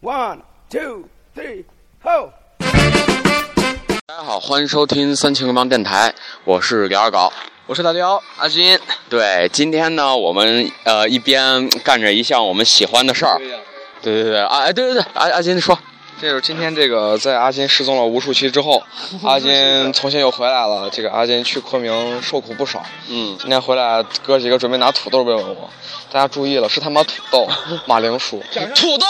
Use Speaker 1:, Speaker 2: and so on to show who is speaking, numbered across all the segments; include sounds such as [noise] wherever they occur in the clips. Speaker 1: One, two, three, ho!
Speaker 2: 大家好，欢迎收听三千流氓电台，我是刘二狗。
Speaker 3: 我是大雕阿金。
Speaker 2: 对，今天呢，我们呃一边干着一项我们喜欢的事儿。
Speaker 3: 呀、
Speaker 2: 对对对，啊哎，对对对，阿阿金说，
Speaker 3: 这就是今天这个，在阿金失踪了无数期之后，阿金重新又回来了。这个阿金去昆明受苦不少，
Speaker 2: 嗯，
Speaker 3: 今天回来哥几个准备拿土豆问问我，大家注意了，是他妈土豆，马铃薯，土豆。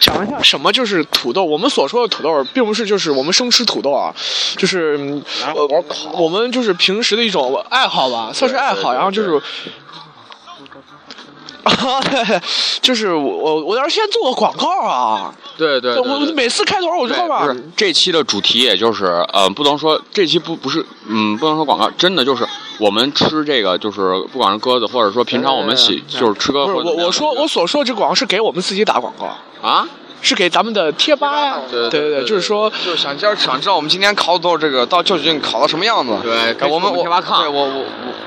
Speaker 4: 讲一下 [laughs] 什么就是土豆。我们所说的土豆，并不是就是我们生吃土豆啊，就是嗯
Speaker 2: 火
Speaker 4: 呃
Speaker 2: 烤
Speaker 4: 我们就是平时的一种爱好吧，算是爱
Speaker 2: 对对
Speaker 4: 好。然后就是。啊，对， [laughs] 就是我我我要是先做个广告啊！
Speaker 2: 对对对
Speaker 4: 我我每次开头我就
Speaker 2: 对
Speaker 4: 告吧
Speaker 2: 不，是这期的主题，也就是呃，不能说这期不不是，嗯，不能说广告，真的就是我们吃这个，就是不管是鸽子，或者说平常我们喜就是吃鸽
Speaker 4: 不
Speaker 2: 子或者
Speaker 4: 是我
Speaker 2: 怎么样。
Speaker 4: 我说我所说这广告是给我们自己打广告，
Speaker 2: 啊，
Speaker 4: 是给咱们的贴吧呀，
Speaker 2: 对对
Speaker 4: 对
Speaker 2: 对对
Speaker 4: 对，就是说
Speaker 3: 就是想今儿想知道我们今天烤土豆这个到究竟烤到什么样子？
Speaker 2: 对
Speaker 3: 哎
Speaker 2: 可以
Speaker 3: 我们
Speaker 2: 去我们贴吧看
Speaker 3: 对我我我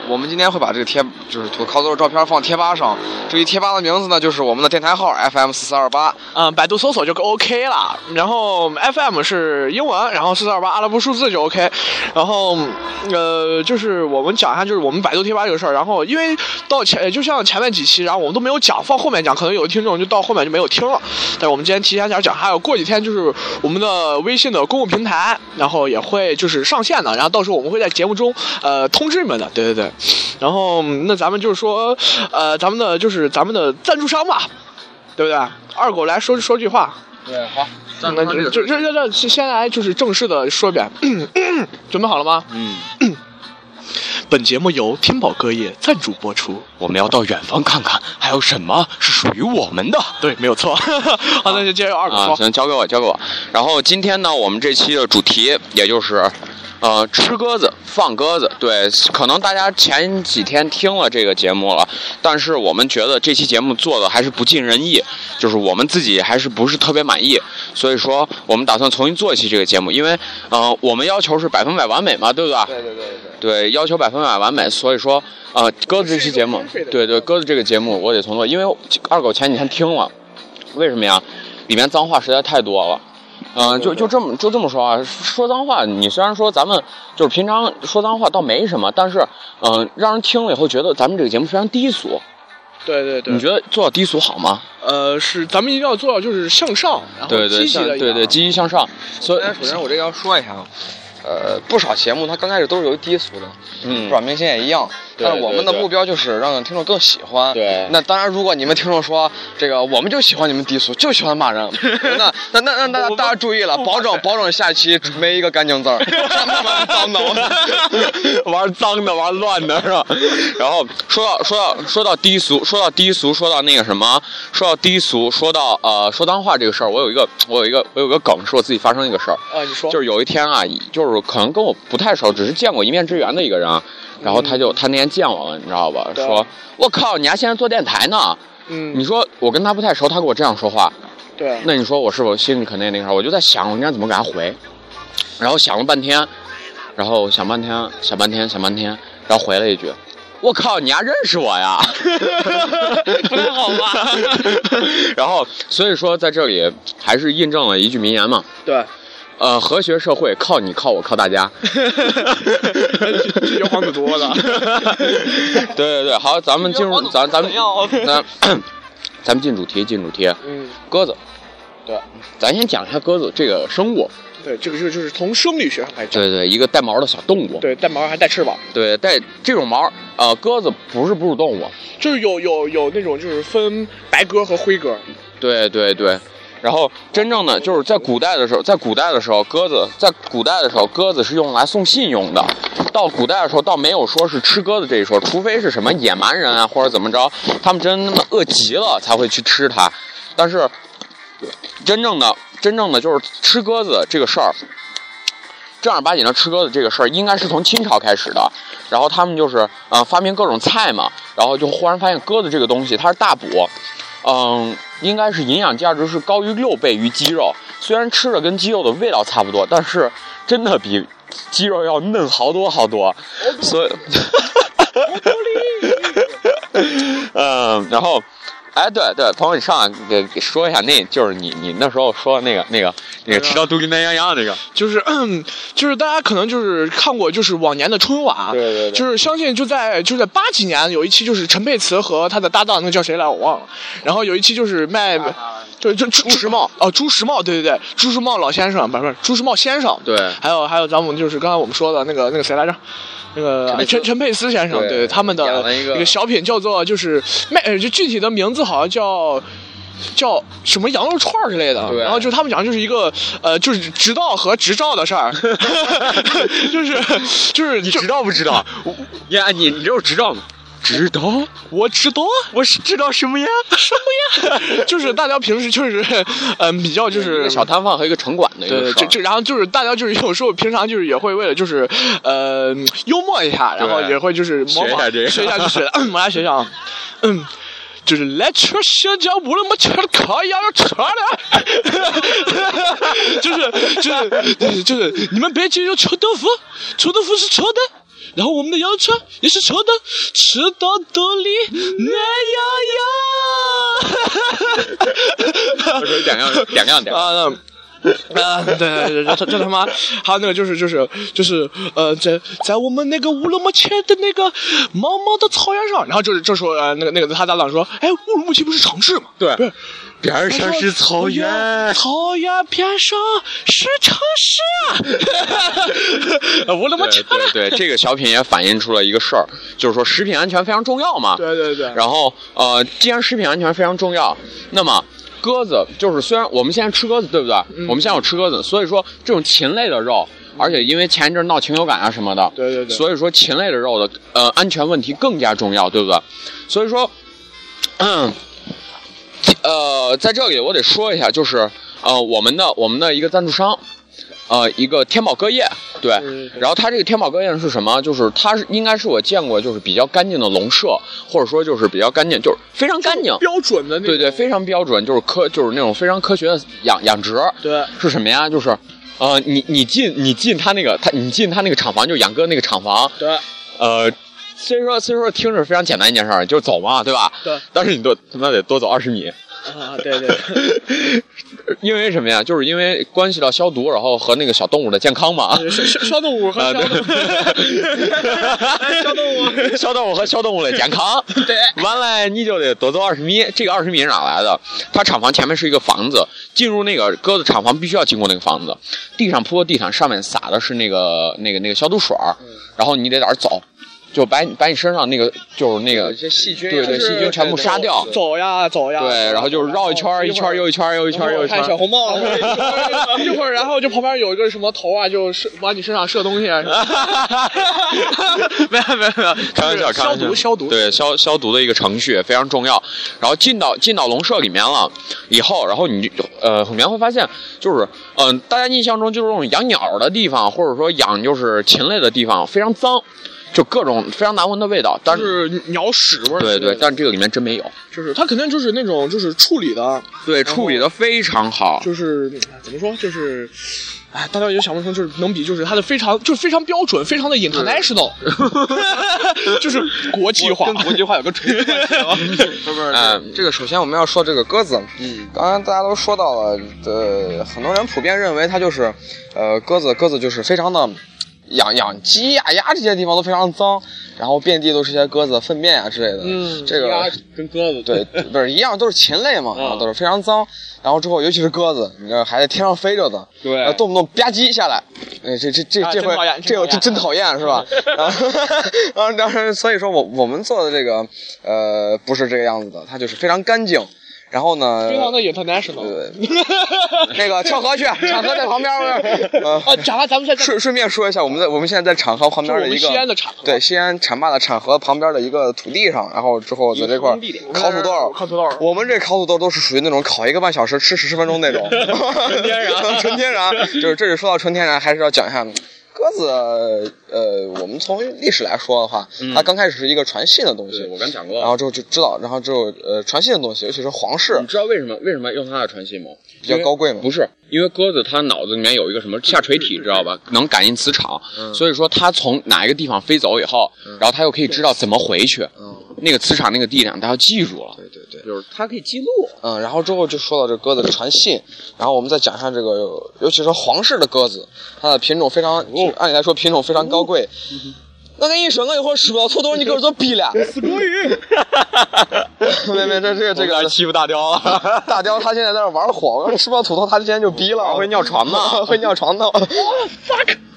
Speaker 3: 我们今天会把这个贴就是土烤土豆照片放贴吧上。至于贴吧的名字呢，就是我们的电台号 FM 四四二八。
Speaker 4: 嗯，百度搜索就 OK 了。然后 FM 是英文，然后四四二八阿拉伯数字就 OK。然后呃，就是我们讲一下，就是我们百度贴吧这个事儿。然后因为到前就像前面几期，然后我们都没有讲，放后面讲，可能有的听众就到后面就没有听了。但是我们今天提前点讲，还有过几天就是我们的微信的公共平台，然后也会就是上线的。然后到时候我们会在节目中呃通知你们的，对对对。然后嗯那咱们就是说呃咱们的就是咱们的赞助商吧。对不对？二狗来说说句话，
Speaker 3: 对，好，
Speaker 4: 那就就就就先先来就是正式的说一遍， [clears throat] 准备好了吗？
Speaker 2: 嗯，
Speaker 4: [clears throat] 本节目由天宝歌业赞助播出，
Speaker 2: 我们要到远方看看，还有什么是属于我们的。
Speaker 4: 对，没有错。 [laughs] 好，那就接着二狗
Speaker 2: 啊，
Speaker 4: 说。
Speaker 2: 行，交给我，交给我。然后今天呢，我们这期的主题也就是，呃，吃鸽子，放鸽子。对，可能大家前几天听了这个节目了，但是我们觉得这期节目做的还是不尽人意，就是我们自己还是不是特别满意，所以说我们打算重新做一期这个节目，因为，呃，我们要求是百分百完美嘛，对不对？
Speaker 3: 对对对对。
Speaker 2: 对，要求百分百完美，所以说，呃，鸽子这期节目
Speaker 4: 是一个，
Speaker 2: 对对，鸽子这个节目我得重做，因为二狗前几天听了，为什么呀？里面脏话实在太多了。嗯、就就这么就这么说啊，说脏话，你虽然说咱们就是平常说脏话倒没什么，但是，嗯、让人听了以后觉得咱们这个节目非常低俗。
Speaker 4: 对对
Speaker 2: 你
Speaker 4: 对
Speaker 2: 觉，得做到低俗好吗？
Speaker 4: 呃，是咱们一定要做到就是向上，然后
Speaker 2: 对对
Speaker 4: 积极
Speaker 2: 像
Speaker 4: 的，
Speaker 2: 对对，积极向上。所以
Speaker 3: 首，先，
Speaker 2: [laughs]
Speaker 3: 首先我这个要说一下啊，呃，不少节目它刚开始都是有低俗的，
Speaker 2: 嗯
Speaker 3: 不少明星也一样。
Speaker 2: 对
Speaker 3: 但是我们的
Speaker 2: 对对
Speaker 3: 目标就是让听众更喜欢。
Speaker 2: 对
Speaker 3: 那当然，如果你们听众说这个，我们就喜欢你们低俗，就喜欢骂
Speaker 2: [laughs]
Speaker 3: 人，那那那那那大家注意了，保证保证下期没一个干净
Speaker 2: [laughs]
Speaker 3: 字儿，他妈脏的我
Speaker 2: 玩脏的，玩乱的是吧？ [laughs] 然后说到说到说到低俗，说到低俗，说到那个什么，说到低俗，说到呃说脏话这个事儿，我有一个我有一个我有一个梗，是我自己发生的一个事儿，
Speaker 4: 啊，你说
Speaker 2: 就是有一天啊，就是可能跟我不太熟，只是见过一面之缘的一个人啊，然后他就他那天见我了，你知道吧？
Speaker 4: 对啊
Speaker 2: 说我靠，你还现在做电台呢？你
Speaker 4: 嗯，
Speaker 2: 说我跟他不太熟，他跟我这样说话，
Speaker 4: 对，
Speaker 2: 那你说我是否心里肯定那个啥？我就在想，我应该怎么给他回，然后想了半天，然后想半天，想半天，想半天，然后回了一句：“我靠，你还认识我呀？”
Speaker 4: [laughs] 不太好吧？
Speaker 2: [laughs] 然后，所以说在这里还是印证了一句名言嘛，
Speaker 4: 对，
Speaker 2: 呃，和谐社会靠你，靠我，靠大家。
Speaker 4: [laughs] 这句话可多了。
Speaker 2: 对 [laughs] 对对，好，咱们进入咱咱们咱咱们 [coughs] 进主题，进主题，
Speaker 4: 嗯，
Speaker 2: 鸽子。
Speaker 4: 对，
Speaker 2: 咱先讲一下鸽子这个生物。
Speaker 4: 对，这个就就是从生理学上来讲，
Speaker 2: 对对，一个带毛的小动物。
Speaker 4: 对，带毛还带翅膀。
Speaker 2: 对带这种毛，呃，鸽子不是哺乳动物。
Speaker 4: 就是有有有那种就是分白鸽和灰鸽，
Speaker 2: 对对对。然后真正的就是在古代的时候，在古代的时候，鸽子在古代的时候，鸽子是用来送信用的。到古代的时候，倒没有说是吃鸽子这一说，除非是什么野蛮人啊，或者怎么着，他们真他妈饿极了才会去吃它。但是，真正的真正的就是吃鸽子这个事儿，正儿八经的吃鸽子这个事儿，应该是从清朝开始的。然后他们就是呃发明各种菜嘛，然后就忽然发现鸽子这个东西它是大补，嗯，应该是营养价值是高于六倍于鸡肉。虽然吃着跟鸡肉的味道差不多，但是真的比鸡肉要嫩好多好多。所以， [laughs] 嗯，然后，哎，对对，朋友，你上来给给说一下，那就是你你那时候说的那个那个那个提到杜宾南洋洋那个，
Speaker 4: 就是 [clears throat] 嗯就是大家可能就是看过就是往年的春晚，啊
Speaker 2: 对对对
Speaker 4: 就是相信就在就在八几年有一期就是陈佩慈和他的搭档那个叫谁来我忘了，然后有一期就是卖。就就啊朱时茂哦，朱时茂，对对对，朱时茂老先生，不是不是朱时茂先生，
Speaker 3: 对
Speaker 4: 还有还有咱们就是刚才我们说的那个那个谁来着，那
Speaker 3: 陈佩
Speaker 4: 个
Speaker 3: 斯
Speaker 4: 陈陈佩斯先生，
Speaker 3: 对
Speaker 4: 对他们的
Speaker 3: 演了一个
Speaker 4: 小品叫做就是卖，呃就具体的名字好像叫叫什么羊肉串儿之类的，
Speaker 3: 对
Speaker 4: 然后就他们讲的就是一个呃，就是执照和执照的事儿， [laughs] 就是就是
Speaker 2: 你
Speaker 4: 就 [laughs]
Speaker 2: 知道不知道？我你哎你你这有执照吗？知道，
Speaker 4: 我知道。
Speaker 2: 我是知道什 [laughs] 么呀？
Speaker 4: 什么呀？ [laughs] 就是大家平时就是，嗯、比较就
Speaker 2: 一
Speaker 4: 是
Speaker 2: 个小摊贩和一个城管的一
Speaker 4: 对
Speaker 2: 个
Speaker 4: 对，
Speaker 2: 事
Speaker 4: 就
Speaker 2: 儿。
Speaker 4: 就然后就是大家就是有时候平常就是也会为了就是呃幽默一下，然后也会就是模
Speaker 2: 学一
Speaker 4: 仿
Speaker 2: 下这个
Speaker 4: 学一下就学，我来学一下啊，嗯。就是来吃新疆乌鲁木齐的啊烤羊肉串了， [laughs] 就是就是就是就是你们别急着臭豆腐，臭豆腐是臭的，然后我们的羊肉串也是臭的，吃到肚里暖洋洋。
Speaker 2: [laughs] 我说两样两样点儿，
Speaker 4: 啊，那。啊，对对对，这这他妈，还有那个就是就是就是呃，在在我们那个乌鲁木齐的那个茫茫的草原上，然后就是就说呃那个那个他搭档说，哎，乌鲁木齐不是城市吗？
Speaker 2: 对
Speaker 4: 不是
Speaker 2: 边
Speaker 4: 他说草原边上是城市啊，乌鲁木齐
Speaker 2: 对
Speaker 4: 了，
Speaker 2: 对对，这个小品也反映出了一个事儿，就是说食品安全非常重要嘛。
Speaker 4: 对对对，
Speaker 2: 然后呃，既然食品安全非常重要，那么鸽子就是虽然我们现在吃鸽子，对不对？
Speaker 4: 嗯
Speaker 2: 我们现在有吃鸽子，所以说这种禽类的肉，而且因为前一阵闹禽流感啊什么的，
Speaker 4: 对对对
Speaker 2: 所以说禽类的肉的呃安全问题更加重要，对不对？所以说，嗯。呃，在这里我得说一下，就是呃，我们的我们的一个赞助商，呃，一个天宝鸽业，对。
Speaker 4: 嗯
Speaker 2: 然后它这个天宝鸽业是什么？就是它是应该是我见过就是比较干净的笼舍，或者说就是比较干净，就是非常干净。
Speaker 4: 标准的那
Speaker 2: 对对，非常标准，就是科就是那种非常科学的养养殖。
Speaker 4: 对
Speaker 2: 是什么呀？就是，呃，你你进你进他那个他你进他那个厂房，就养鸽那个厂房，
Speaker 4: 对
Speaker 2: 呃，虽说虽说听着非常简单一件事儿，就是走嘛，对吧？
Speaker 4: 对。
Speaker 2: 但是你多他妈得多走二十米。 [laughs]
Speaker 4: 啊对对，
Speaker 2: 因为什么呀？就是因为关系到消毒，然后和那个小动物的健康嘛。
Speaker 4: 消消消动物 [laughs] 和
Speaker 2: 啊，
Speaker 4: 消动物，
Speaker 2: 对，
Speaker 4: 消哎动物。
Speaker 2: [laughs] 消动物和消动物的健康。对，完了你就得多走二十米。这个二十米是哪来的？它厂房前面是一个房子，进入那个鸽子厂房必须要经过那个房子，地上铺的地毯，上面撒的是那个那个那个消毒水儿，然后你得在那儿走，就把你把你身上那个就是那个
Speaker 3: 有些细菌
Speaker 2: 对对细菌全部杀掉。
Speaker 4: 走呀走呀，
Speaker 2: 对，然后就是绕一圈儿，一圈儿又一圈儿，又一圈儿，又一圈
Speaker 4: 看
Speaker 2: 儿。
Speaker 4: 小
Speaker 2: [laughs]
Speaker 4: 红帽了，一会儿，然后就旁边有一个什么头啊，就是往你身上射东西啊，
Speaker 2: [laughs]
Speaker 4: [laughs] 没有没有没有，
Speaker 2: 开玩笑，开
Speaker 4: 消
Speaker 2: 玩笑
Speaker 4: 毒消毒，
Speaker 2: 对消消毒的一个程序非常重要。然后进到进到笼舍里面了以后，然后你就呃，你们会发现就是嗯、呃大家印象中就是这种养鸟的地方，或者说养就是禽类的地方非常脏，就各种非常难闻的味道。但
Speaker 4: 就是是鸟屎味儿，
Speaker 2: 对对，，但这个里面真没有。
Speaker 4: 就是它肯定就是那种就是处理的，
Speaker 2: 对，处理的非常
Speaker 3: [laughs]
Speaker 2: 好。
Speaker 4: 就是哎怎么说就是。哎，大家也想不成，就是能比，就是它的非常，就是非常标准，非常
Speaker 2: [laughs]
Speaker 4: 的 international，就是国际化，
Speaker 3: 跟
Speaker 4: [laughs]
Speaker 3: 国际化有个垂直关系啊 [laughs] 不是不是，
Speaker 2: 嗯
Speaker 3: 这个首先我们要说这个鸽子，
Speaker 2: 嗯，
Speaker 3: 刚刚大家都说到了，呃，很多人普遍认为它就是，呃，鸽子，鸽子就是非常的养养鸡呀、鸭这些地方都非常脏，然后遍地都是一些鸽子粪便啊之类的，
Speaker 4: 嗯
Speaker 3: 这个
Speaker 4: 跟鸽子
Speaker 3: 对，不是一样都是禽类嘛，然后都是非常脏，然后之后尤其是鸽子，你这还在天上飞着的，
Speaker 4: 对
Speaker 2: 呃
Speaker 3: 然后啊动不动吧唧下来，哎，这这这
Speaker 4: 啊
Speaker 3: 这
Speaker 4: 真
Speaker 3: 回
Speaker 4: 讨厌
Speaker 3: 这
Speaker 4: 真讨
Speaker 3: 回
Speaker 4: 厌
Speaker 3: 这真讨厌是
Speaker 4: [laughs]
Speaker 3: 吧？然后然后然后所以说我我们做的这个呃不是这个样子的，它就是非常干净，然后呢
Speaker 4: 非，常的 international。
Speaker 3: 呃，
Speaker 5: [laughs]
Speaker 3: 那个跳河去，场河在旁边儿不是？
Speaker 4: 啊，
Speaker 5: 哦
Speaker 3: 呃，
Speaker 4: 讲完咱们现在
Speaker 3: 顺顺便说一下，我们在我们现在在场河旁
Speaker 4: 就
Speaker 3: 边
Speaker 4: 是
Speaker 3: 的
Speaker 4: 我
Speaker 3: 一
Speaker 4: 们
Speaker 3: 个
Speaker 4: 西安的场合，
Speaker 3: 对，西安浐灞的浐河旁边的一个土地上，然后之后在这块儿烤土豆，
Speaker 4: 烤土豆儿
Speaker 3: 我们这烤土豆都是属于那种烤一个半小时，吃十十分钟那种，纯
Speaker 2: 天
Speaker 3: [laughs]
Speaker 2: 然
Speaker 3: 纯天然。就是这里说到纯天然，还是要讲一下。鸽子，呃，我们从历史来说的话，
Speaker 2: 嗯
Speaker 3: 它刚开始是一个传信的东西，
Speaker 2: 刚讲
Speaker 3: 然后之后就知道，然后之后呃，传信的东西，尤其是皇室
Speaker 2: 你知道为什么为什么用它来传信吗？
Speaker 3: 比较高贵嘛，
Speaker 2: 不是，因为鸽子它脑子里面有一个什么下垂体，知道吧？
Speaker 3: 嗯
Speaker 2: 能感应磁
Speaker 3: 嗯
Speaker 2: 场，所以说它从哪一个地方飞走以后，然后它又可以知道怎么回去。那个磁场那个力量，它要记住了，
Speaker 3: 对对对。
Speaker 2: 就是它可以记录。
Speaker 3: 嗯，然后之后就说到这鸽子传信，然后我们再讲一下这个，尤其是皇室的鸽子，它的品种非常，按理来说品种非常高贵。我跟你说，我一会儿吃不了土豆，你给我做逼了。
Speaker 1: 死国语，
Speaker 3: [laughs] 没没，这这个这个
Speaker 2: 欺负大雕啊了，
Speaker 3: [laughs] 大雕他现在在那玩火，我说吃不到土豆，他今天就逼了，
Speaker 2: 会尿床呢
Speaker 3: [laughs] 会尿床呢。哦 [laughs]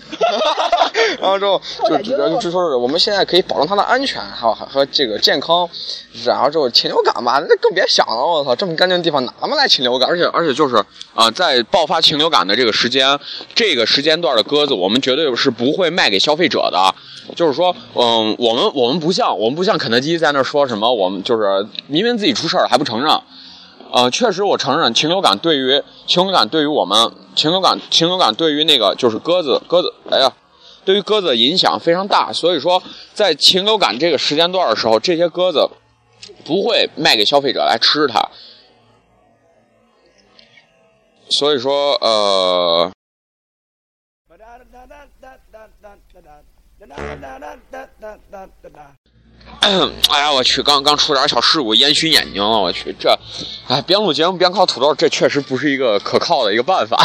Speaker 3: 然后之后就就就说是我们现在可以保证它的安全，还有和这个健康，然后之后禽流感吧，那更别想了，我操，这么干净的地方哪么来禽流感？
Speaker 2: 而且而且就是啊、呃在爆发禽流感的这个时间，这个时间段的鸽子，我们绝对是不会卖给消费者的。就是说，嗯，我们我们不像我们不像肯德基在那说什么，我们就是明明自己出事儿还不承认。呃，确实我承认禽流感对于禽流感对于我们禽流感禽流感对于那个就是鸽子鸽子，哎呀，对于鸽子的影响非常大。所以说，在禽流感这个时间段的时候，这些鸽子不会卖给消费者来吃它。所以说，呃，哎呀，我去，刚刚出点小事故，烟熏眼睛了，我去，这，哎，边录节目边靠土豆，这确实不是一个可靠的一个办法，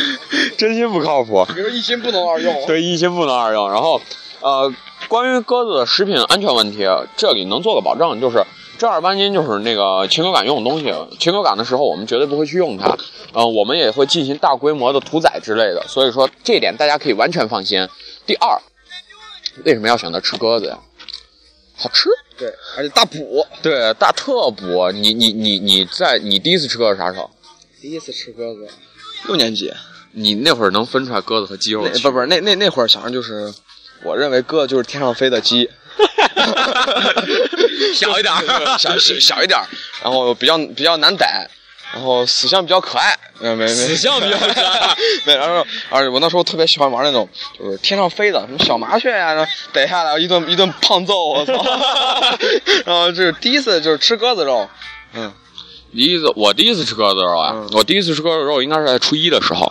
Speaker 2: [laughs] 真心不靠谱。
Speaker 3: 比如一心不能二 [laughs] 用，
Speaker 2: 对，一心不能二用。然后，呃，关于鸽子的食品安全问题，这里能做个保证，就是正儿八经就是那个禽流感用的东西，禽流感的时候我们绝对不会去用它，呃，我们也会进行大规模的屠宰之类的，所以说这点大家可以完全放心。第二，为什么要选择吃鸽子呀？好吃，
Speaker 3: 对，而且大补。
Speaker 2: 对，大特补。你你你你在你第一次吃鸽子啥时候？
Speaker 3: 第一次吃鸽子，六年级，
Speaker 2: 你那会儿能分出来鸽子和鸡肉
Speaker 3: 那不不那那那会儿想着就是，我认为鸽子就是天上飞的 [laughs] 鸡。 [laughs]
Speaker 2: 小一点儿，
Speaker 3: 小小小一点儿，然后比较比较难逮，然后死相比较可爱，嗯，没没
Speaker 2: 死相比较可爱
Speaker 3: [laughs] 没，然后而且我那时候特别喜欢玩那种就是天上飞的什么小麻雀呀、然后逮下来一顿一顿胖揍，我
Speaker 2: [laughs]
Speaker 3: 操！然后就是第一次就是吃鸽子肉，嗯，
Speaker 2: 第一次我第一次吃鸽子肉啊，
Speaker 3: 嗯
Speaker 2: 我第一次吃鸽子肉应该是在初一的时候，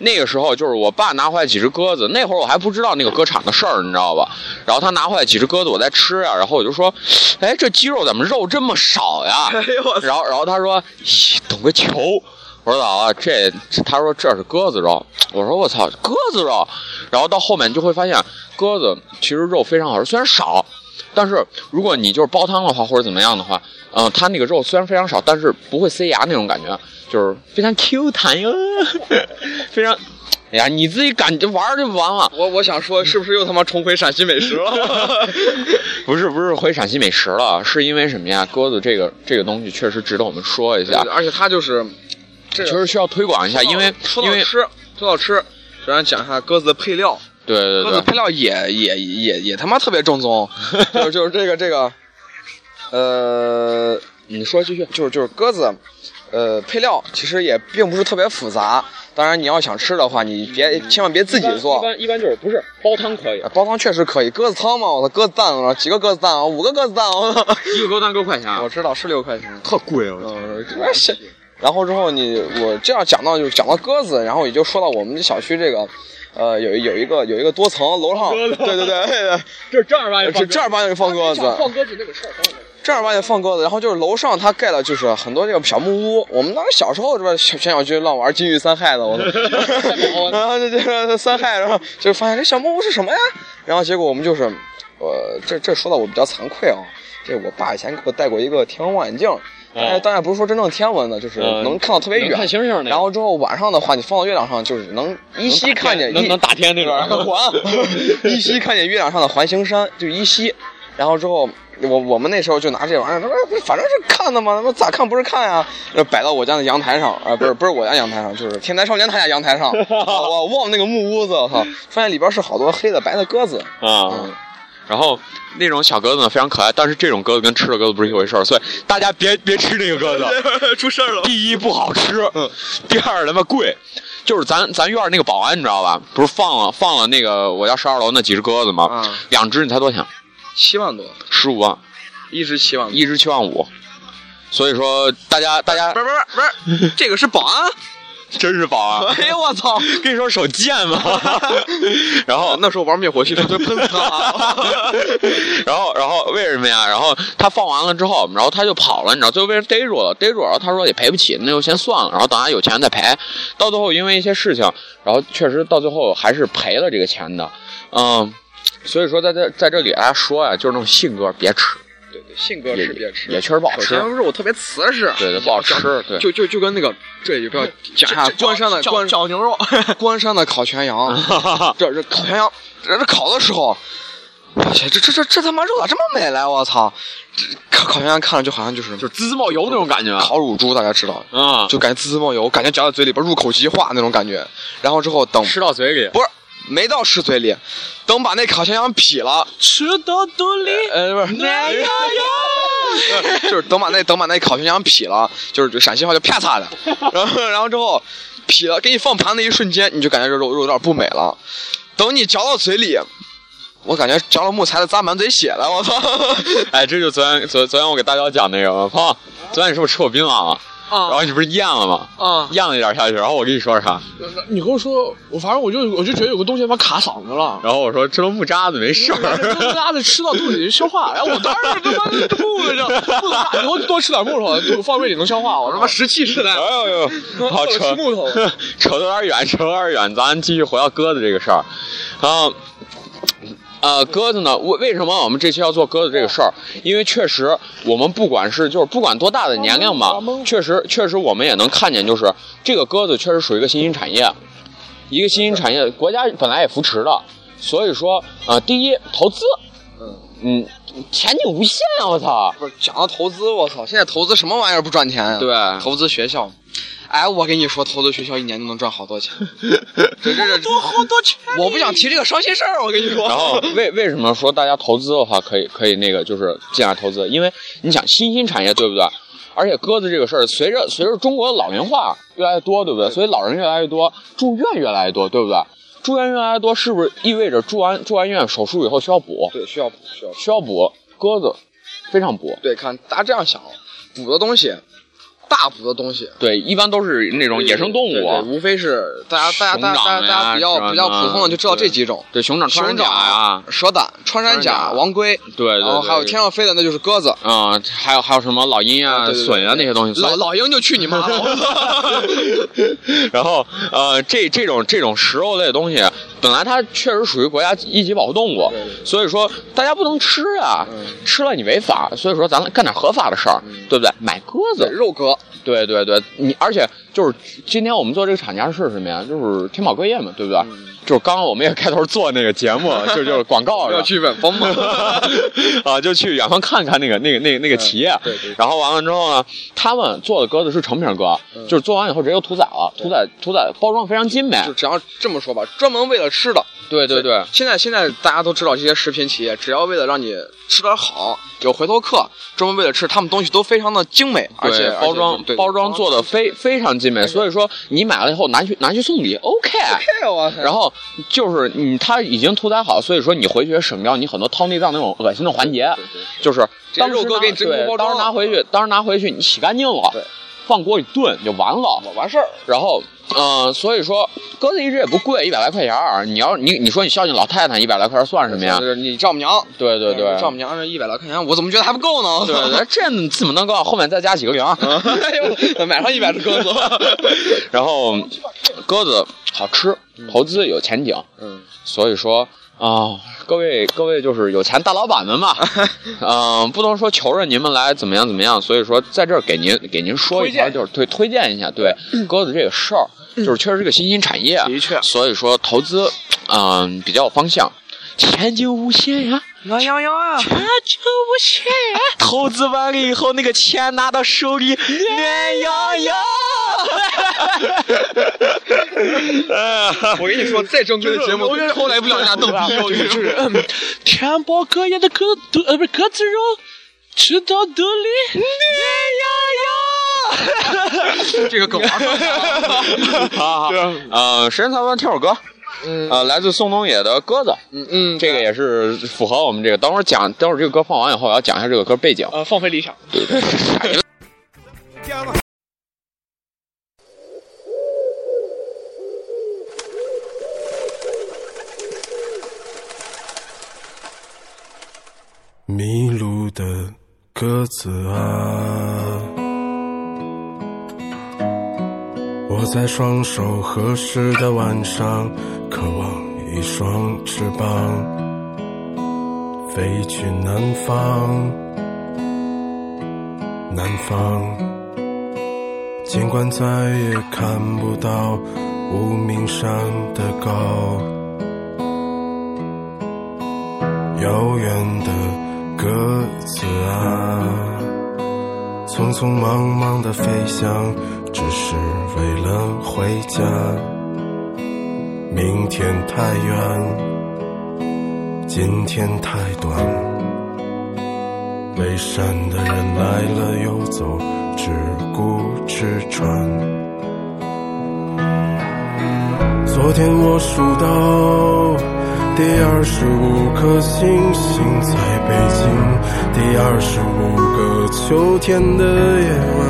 Speaker 2: 那个时候就是我爸拿回来几只鸽子，那会儿我还不知道那个鸽场的事儿，你知道吧？然后他拿回来几只鸽子，我在吃啊，然后我就说，哎，这鸡肉怎么肉这么少
Speaker 3: [laughs]
Speaker 2: 呀？
Speaker 3: 哎
Speaker 2: 然后然后他说，咦，懂个球。我说老啊，这他说这是鸽子肉，我说我操，鸽子肉，然后到后面你就会发现，鸽子其实肉非常好吃，虽然少，但是如果你就是煲汤的话，或者怎么样的话，嗯、它那个肉虽然非常少，但是不会塞牙那种感觉，就是非常 Q 弹哟， [laughs] 非常。哎呀，你自己感觉玩儿就完了，
Speaker 3: 我我想说是不是又他妈重回陕西美食
Speaker 2: [laughs]
Speaker 3: 了？ [laughs]
Speaker 2: 不是不是回陕西美食了，是因为什么呀？鸽子这个这个东西确实值得我们说一下，
Speaker 3: 而且它就是，这
Speaker 2: 确
Speaker 3: 个
Speaker 2: 实需要推广一下，因为
Speaker 3: 说
Speaker 2: 因
Speaker 3: 到
Speaker 2: 为
Speaker 3: 吃，说到吃，咱讲一下鸽子的配料。
Speaker 2: 对对
Speaker 3: 鸽子
Speaker 2: 对，
Speaker 3: 配料也也也也他妈特别
Speaker 2: [laughs]
Speaker 3: 正宗，就是就是这个这个，呃，你说继续，就是就是鸽子，呃，配料其实也并不是特别复杂，当然你要想吃的话，你别千万别自己做。啊
Speaker 2: 一般就是不是煲汤可以，
Speaker 3: 煲汤确实可以，鸽子汤嘛，我操，鸽子蛋啊，几个鸽子蛋啊，五个鸽子蛋啊，
Speaker 2: 一个勾蛋六块钱，啊
Speaker 3: [laughs] 我知道是六块钱，
Speaker 2: 特贵我操
Speaker 3: 嗯，是然后之后你我这样讲到就是讲到鸽子，然后也就说到我们小区这个，呃，有有一个有一个多层楼上，对对对对
Speaker 5: 这正儿八
Speaker 3: 对，这呃正儿八经哎放鸽子，
Speaker 5: 鸽子那个事儿，
Speaker 3: 正儿八经放鸽子。然后就是楼上他盖了就是很多这个小木屋，我们当时小时候这边小全小区乱玩金玉三害的，我操， [laughs] 然后就这个三害，然后就发现这小木屋是什么呀？然后结果我们就是，呃，这这说到我比较惭愧啊，这我爸以前给我戴过一个天文望远镜。但是当然不是说真正天文的，就是
Speaker 2: 嗯
Speaker 3: 能看到特别
Speaker 2: 能
Speaker 3: 远，
Speaker 2: 看星星那种
Speaker 3: 然后之后晚上的话，你放到月亮上，就是能依稀看见，一
Speaker 2: 打天那 [laughs]
Speaker 3: [laughs] 个环，依稀看见月亮上的环形山，就依稀。然后之后，我我们那时候就拿这玩意儿，他说反正是看的嘛，他说咋看不是看呀，就摆到我家的阳台上，啊、不是不是我家阳台上，就是天才少年他家阳台上，啊我忘那个木屋子，我操，发现里边是好多黑的白的鸽子，
Speaker 2: 啊。然后那种小鸽子呢非常可爱，但是这种鸽子跟吃的鸽子不是一回事儿，所以大家别别吃那个鸽子，
Speaker 3: 出事儿
Speaker 2: [laughs]
Speaker 3: 了，
Speaker 2: 第一不好吃，第二他妈贵。就是咱咱院儿那个保安你知道吧？不是放了放了那个我家十二楼那几只鸽子吗？
Speaker 3: 啊
Speaker 2: 两只你猜多少钱？
Speaker 3: 七万多，
Speaker 2: 十五万，
Speaker 3: 一只七万多，
Speaker 2: 一只七万五。所以说大家大家
Speaker 3: 哎 [laughs] 不是不是不是，这个是保安，
Speaker 2: 真是宝啊！
Speaker 5: 哎呦我
Speaker 3: [laughs]
Speaker 5: 操！
Speaker 2: 跟你说手贱吗？ [laughs] 然后
Speaker 3: 哦那时候玩灭火器，他就喷
Speaker 2: [laughs]
Speaker 3: 他。
Speaker 2: 然后， [laughs] 然后为什么呀？然后他放完了之后，然后他就跑了，你知道，最后被人逮住了，逮住了，然后他说也赔不起，那就先算了，然后等他有钱再赔。到最后因为一些事情，然后确实到最后还是赔了这个钱的，嗯，所以说在这在这里大家说呀、就是那种信鸽别吃，
Speaker 3: 对对，信鸽
Speaker 2: 也
Speaker 3: 是别吃，
Speaker 2: 也确实不好
Speaker 3: 首
Speaker 2: 吃
Speaker 3: 先，肉特别瓷实，
Speaker 2: 对对，不好吃，对。
Speaker 3: 就就就跟那个这里不要讲
Speaker 2: 啊
Speaker 3: 一下关山的关
Speaker 5: 小牛肉，
Speaker 3: 关山的烤全羊，
Speaker 2: 啊
Speaker 3: 这这烤全羊，这这烤的时候，我去，这这这这他妈肉咋这么美嘞？我操！这烤烤全羊看着就好像就是
Speaker 2: 就 [laughs] 滋滋冒油那种感觉
Speaker 3: 烤乳猪，大家知道，
Speaker 2: 啊，
Speaker 3: 就感觉滋滋冒油，感觉嚼在嘴里边入口即化那种感觉。然后之后等
Speaker 2: 吃到嘴里，
Speaker 3: 不是没到吃嘴里，等把那烤全羊劈了，
Speaker 5: 吃到肚里。
Speaker 3: [laughs] 呃，不是，
Speaker 5: 哎
Speaker 2: [laughs]
Speaker 5: 呀
Speaker 3: [laughs] 就是等把那等把那烤全羊劈了，就是陕西话叫啪嚓 [laughs] 的，然后然后之后劈了，给你放盘的一瞬间，你就感觉这肉肉有点不美了。等你嚼到嘴里，我感觉嚼了木材的咂满嘴血了，我操！
Speaker 2: 哎，这就昨天昨昨天我给大家讲那个嘛，胖，昨天你是不是吃我槟榔了？然
Speaker 5: 啊
Speaker 2: 后你不是咽了吗？
Speaker 5: 啊！
Speaker 2: 咽了一点下去，然后我跟你说啥？
Speaker 5: 你跟我说，我反正我就我就觉得有个东西他妈卡嗓子了。
Speaker 2: 然后我说这都木渣子没事
Speaker 5: 这
Speaker 2: 儿，
Speaker 5: 拉的吃到肚里消化，哎然后我当时他妈就吐了，这不能以后多吃点木头，就放胃里能消化。我他妈十七世代
Speaker 2: [laughs] 哎呦呦，好扯
Speaker 5: 吃木头，
Speaker 2: 扯得有点远，扯得有点远，咱继续回到鸽子这个事儿。然后，呃，鸽子呢，为为什么我们这期要做鸽子这个事儿？因为确实，我们不管是就是不管多大的年龄吧，确实确实我们也能看见，就是这个鸽子确实属于一个新兴产业，一个新兴产业，国家本来也扶持的，所以说，呃，第一投资，嗯，前景无限啊！我操，
Speaker 3: [laughs] 不是讲到投资，我操！现在投资什么玩意儿不赚钱呀、啊
Speaker 2: 对，
Speaker 3: 投资学校。哎，我跟你说，投资学校一年就能赚好多 [laughs] 钱，这这这，
Speaker 5: 好多钱。
Speaker 3: 我不想提这个伤心事儿，我跟你 [laughs] 说。
Speaker 2: 然后为为什么说大家投资的话可以可以那个就是进来投资？因为你想新兴产业对不对？而且鸽子这个事儿，随着随着中国的老龄化越来越多，对不对？所以老人越来越多，住院越来越多，对不对？住院越来越多，是不是意味着住完住完院手术以后需要补？
Speaker 3: 对，需要需要
Speaker 2: 需要补，鸽子非常补。
Speaker 3: 对，看大家这样想，补的东西，大补的东西，
Speaker 2: 对，一般都是那哦种野生动物，啊
Speaker 3: 对对无非是大家大家大家大家大家比较比较普通的就知道这几种，
Speaker 2: 嗯对嗯熊掌、穿山甲
Speaker 3: 熊掌
Speaker 2: 呀，、
Speaker 3: 蛇胆、穿山
Speaker 2: 穿
Speaker 3: 甲、
Speaker 2: 山甲
Speaker 3: 王龟，
Speaker 2: 对对对，
Speaker 3: 然后还有天上飞的那就是鸽子，
Speaker 2: 啊、还有还有什么老鹰啊、
Speaker 3: 对对对
Speaker 2: 隼啊那些东西，所以
Speaker 3: 老老鹰就去你
Speaker 2: [laughs]
Speaker 3: 妈的！
Speaker 2: 然后呃，这这种这种食肉类的东西，本来它确实属于国家一级保护动物，
Speaker 3: 对对嗯
Speaker 2: 所以说大家不能吃啊，吃了你违法，所以说咱干点合法的事儿，对不对？买鸽
Speaker 3: 对
Speaker 2: 子，
Speaker 3: 肉鸽，
Speaker 2: 对对对，你而且就是今天我们做这个厂家是什么呀？就是天宝鸽业嘛，对不对？
Speaker 3: 嗯
Speaker 2: 就是刚刚我们也开头做那个节
Speaker 3: [laughs]
Speaker 2: 目，就就是广告
Speaker 3: 要
Speaker 2: 的。
Speaker 3: 去远方嘛。
Speaker 2: [laughs] 啊，就去远方看看那个那个那个那个企业、
Speaker 3: 嗯对对
Speaker 2: 然后完了之后呢，他们做的鸽子是成品鸽，
Speaker 3: 嗯
Speaker 2: 就是做完以后直接就屠宰了，屠宰屠宰包装非常精美，
Speaker 3: 就只要这么说吧，专门为了吃的。
Speaker 2: 对对对，
Speaker 3: 现在现在大家都知道，这些食品企业只要为了让你吃点好，有回头客，专门为了吃，他们东西都非常的精美，而且哎
Speaker 2: 对包装包装做
Speaker 3: 的。
Speaker 2: 的非非常精美，所以说你买了以后拿去拿去送礼，OK。
Speaker 3: 哎呦我操！
Speaker 2: 然后就是你，它已经屠宰好，所以说你回去也省掉你很多掏内脏那种恶心的环节，就是
Speaker 3: 接
Speaker 2: 当时
Speaker 3: 肉鸽
Speaker 2: 拿
Speaker 3: 给你真空
Speaker 2: 对
Speaker 3: 包
Speaker 2: 当时
Speaker 3: 装
Speaker 2: 拿
Speaker 3: 了
Speaker 2: 回去，当时拿回去你洗干净了，
Speaker 3: 对
Speaker 2: 放锅里炖就完了。
Speaker 3: 完事儿。
Speaker 2: 然后，嗯、所以说鸽子一只也不贵，一百来块钱儿。你要你你说你孝敬老太太，一百来块钱儿算什么呀
Speaker 3: 就？是你丈母娘，
Speaker 2: 对对对，
Speaker 3: 丈母娘这一百来块钱，我怎么觉得还不够呢？
Speaker 2: [laughs]
Speaker 3: [laughs]
Speaker 2: 对对，这怎么能够后面再加几个
Speaker 5: [laughs]
Speaker 2: 零？
Speaker 3: 哎呦，买上一百只鸽子。
Speaker 2: 然后鸽子好吃，
Speaker 5: 嗯
Speaker 2: 投资有前景，
Speaker 3: 嗯，
Speaker 2: 所以说啊、各位各位就是有钱大老板
Speaker 5: [laughs]
Speaker 2: 们嘛，嗯、不能说求着您们来怎么样怎么样，所以说在这儿给您给您说一下，
Speaker 5: 推荐嗯
Speaker 2: 就是推推荐一下，对鸽子这个事儿，就是确实是个新兴产业，
Speaker 5: 的
Speaker 4: [laughs]
Speaker 5: 确
Speaker 2: 所以说投资嗯、比较有方向，前景无限呀、
Speaker 5: 羊羊羊啊！
Speaker 2: 投资完了以后，那个钱拿到手里，暖洋洋。
Speaker 3: 我跟你说，再正规的节目，后来不想家逗
Speaker 4: [laughs]
Speaker 3: 逼，我跟你说。 [laughs]
Speaker 5: 天宝鸽宴的鸽肚呃不是鸽子肉，吃到肚里暖
Speaker 3: 这个梗玩出来了
Speaker 2: 好好，呃，时间差不多，听会儿歌。嗯，呃，来自宋冬野的《鸽子》，
Speaker 3: 嗯嗯，
Speaker 2: 这个也是符合我们这个。等会儿讲，等会儿这个歌放完以后，我要讲一下这个歌背景。
Speaker 5: 呃，放飞理想。
Speaker 1: Come on.
Speaker 6: 的鸽子啊。我在双手合十的晚上，渴望一双翅膀，飞去南方，南方。尽管再也看不到无名山的高。遥远的鸽子啊，匆匆忙忙的飞翔，只是为了回家。明天太远，今天太短。北山的人来了又走，只顾吃穿。昨天我数到第二十五颗星星，在北京第二十五个秋天的夜晚，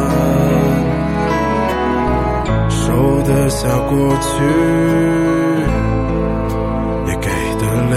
Speaker 6: 收得下过去，也给得了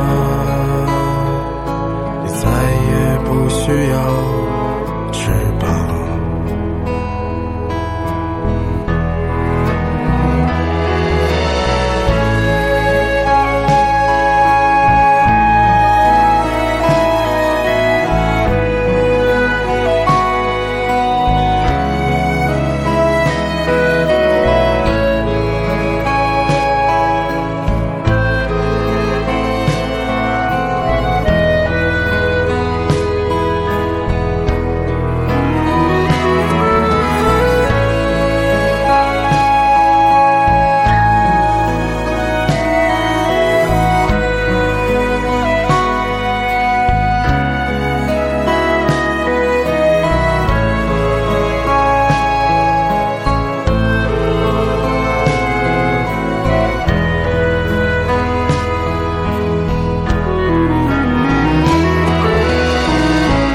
Speaker 6: 你再也不需要翅膀。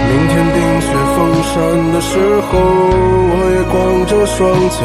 Speaker 6: 明天冰雪封山的时候，我也光着双脚，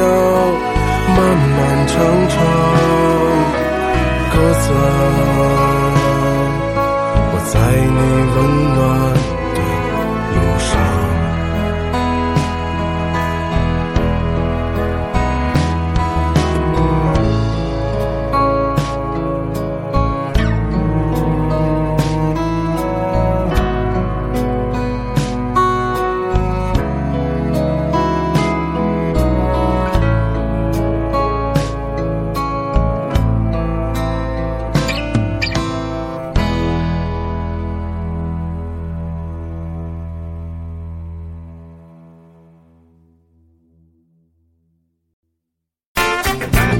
Speaker 6: 谣，漫漫长长。鸽子啊，我在你温暖的路上。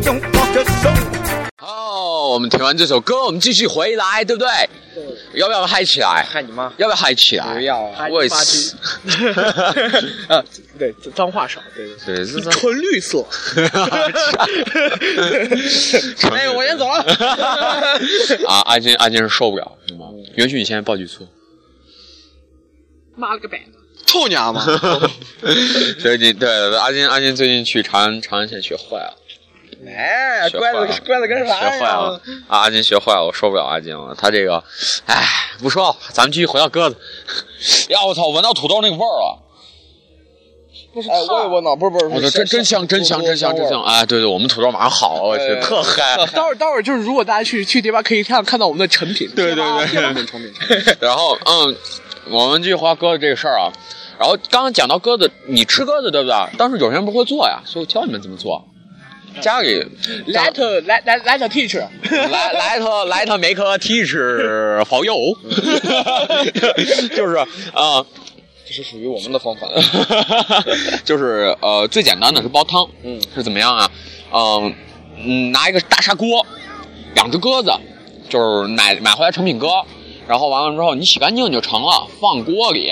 Speaker 1: Don't walk us so
Speaker 2: 好，哦我们听完这首歌，我们继续回来，对不对？要不要嗨起来？
Speaker 3: 害你妈！
Speaker 2: 要不要嗨起来？
Speaker 3: 不要啊
Speaker 2: 我也
Speaker 5: 嗨
Speaker 2: 是。
Speaker 5: 啊，
Speaker 2: [laughs]
Speaker 3: 呃
Speaker 5: 对，脏话少，对对，
Speaker 2: 对，是 [laughs]
Speaker 5: 纯绿色。
Speaker 3: 哎，我先走了。
Speaker 2: 啊，安静安静是受不了，你知
Speaker 3: 嗯
Speaker 2: 道吗允许你现在报局错。
Speaker 7: 妈了个板子！
Speaker 5: 臭娘们儿，
Speaker 2: [laughs] [laughs] 所以你对对对阿金阿金最近去长安长安县学坏了，
Speaker 3: 哎，
Speaker 2: 学坏
Speaker 3: 乖
Speaker 2: 了
Speaker 3: 的乖的跟啥
Speaker 2: 学坏了
Speaker 3: 呀？
Speaker 2: 啊！阿金学坏了，我受不了阿金了，他这个，哎，不说了，咱们继续回到鸽子。哎呀，我操，我闻到土豆那个味儿了，
Speaker 3: 哎，我也闻到，不是不是，
Speaker 2: 我操，真真香，真香，真香，真香！哎，对对，我们土豆马上好了，我去，
Speaker 3: 哎
Speaker 2: 特嗨。
Speaker 5: 待会儿待会儿就是，如果大家去去迪吧，可以看看到我们的成品。对对对，
Speaker 3: 成品成品成品。
Speaker 2: 然后，嗯，我们继续花鸽子这个事儿啊。然后刚刚讲到鸽子，你吃鸽子对不对？但是有些人不会做呀，所以我教你们怎么做。家里
Speaker 4: Let let let let the teacher，
Speaker 2: 来来他来他没课 [laughs] teacher 好友，就是啊。呃
Speaker 3: [laughs] 这是属于我们的方
Speaker 4: [laughs]
Speaker 3: 法。
Speaker 2: [laughs] 就是呃，最简单的是煲汤，
Speaker 3: 嗯
Speaker 2: 是怎么样啊？嗯、嗯，拿一个大砂锅，两只鸽子，就是买买回来成品鸽，然后完了之后你洗干净就成了，放锅里，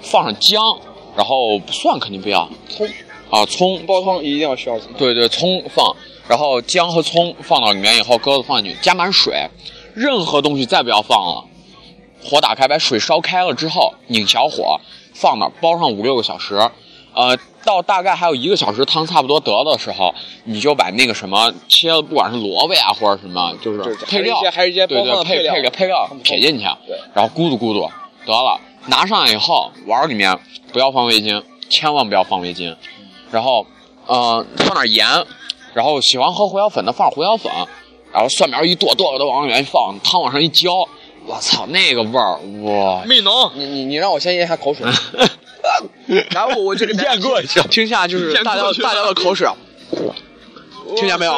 Speaker 2: 放上姜，然后蒜肯定不要，
Speaker 3: 葱
Speaker 2: 啊葱，
Speaker 3: 煲汤一定要需要葱，
Speaker 2: 对对，葱放，然后姜和葱放到里面以后，鸽子放进去，加满水，任何东西再不要放了。火打开，把水烧开了之后，拧小火，放那儿煲上五六个小时，呃，到大概还有一个小时汤差不多得了的时候，你就把那个什么切了，不管是萝卜呀或者什么，就是
Speaker 3: 对对
Speaker 2: 配料，
Speaker 3: 还是一些还是一些
Speaker 2: 对
Speaker 3: 包
Speaker 2: 对
Speaker 3: 装的
Speaker 2: 配
Speaker 3: 配料
Speaker 2: 个配料撇进去，
Speaker 3: 对
Speaker 2: 然后咕嘟咕嘟得了，拿上来以后碗儿里面不要放味精，千万不要放味精，然后呃放点盐，然后喜欢喝胡椒粉的放点胡椒粉，然后蒜苗一剁，剁了都往里面一放，汤往上一浇，我操那个味儿，哇！ [laughs]
Speaker 5: 蜜农，
Speaker 3: 你你你让我先咽下口水。
Speaker 5: 然后我这个
Speaker 2: [laughs] 咽过去，
Speaker 5: 听下就是大家大家的口水，听见没有？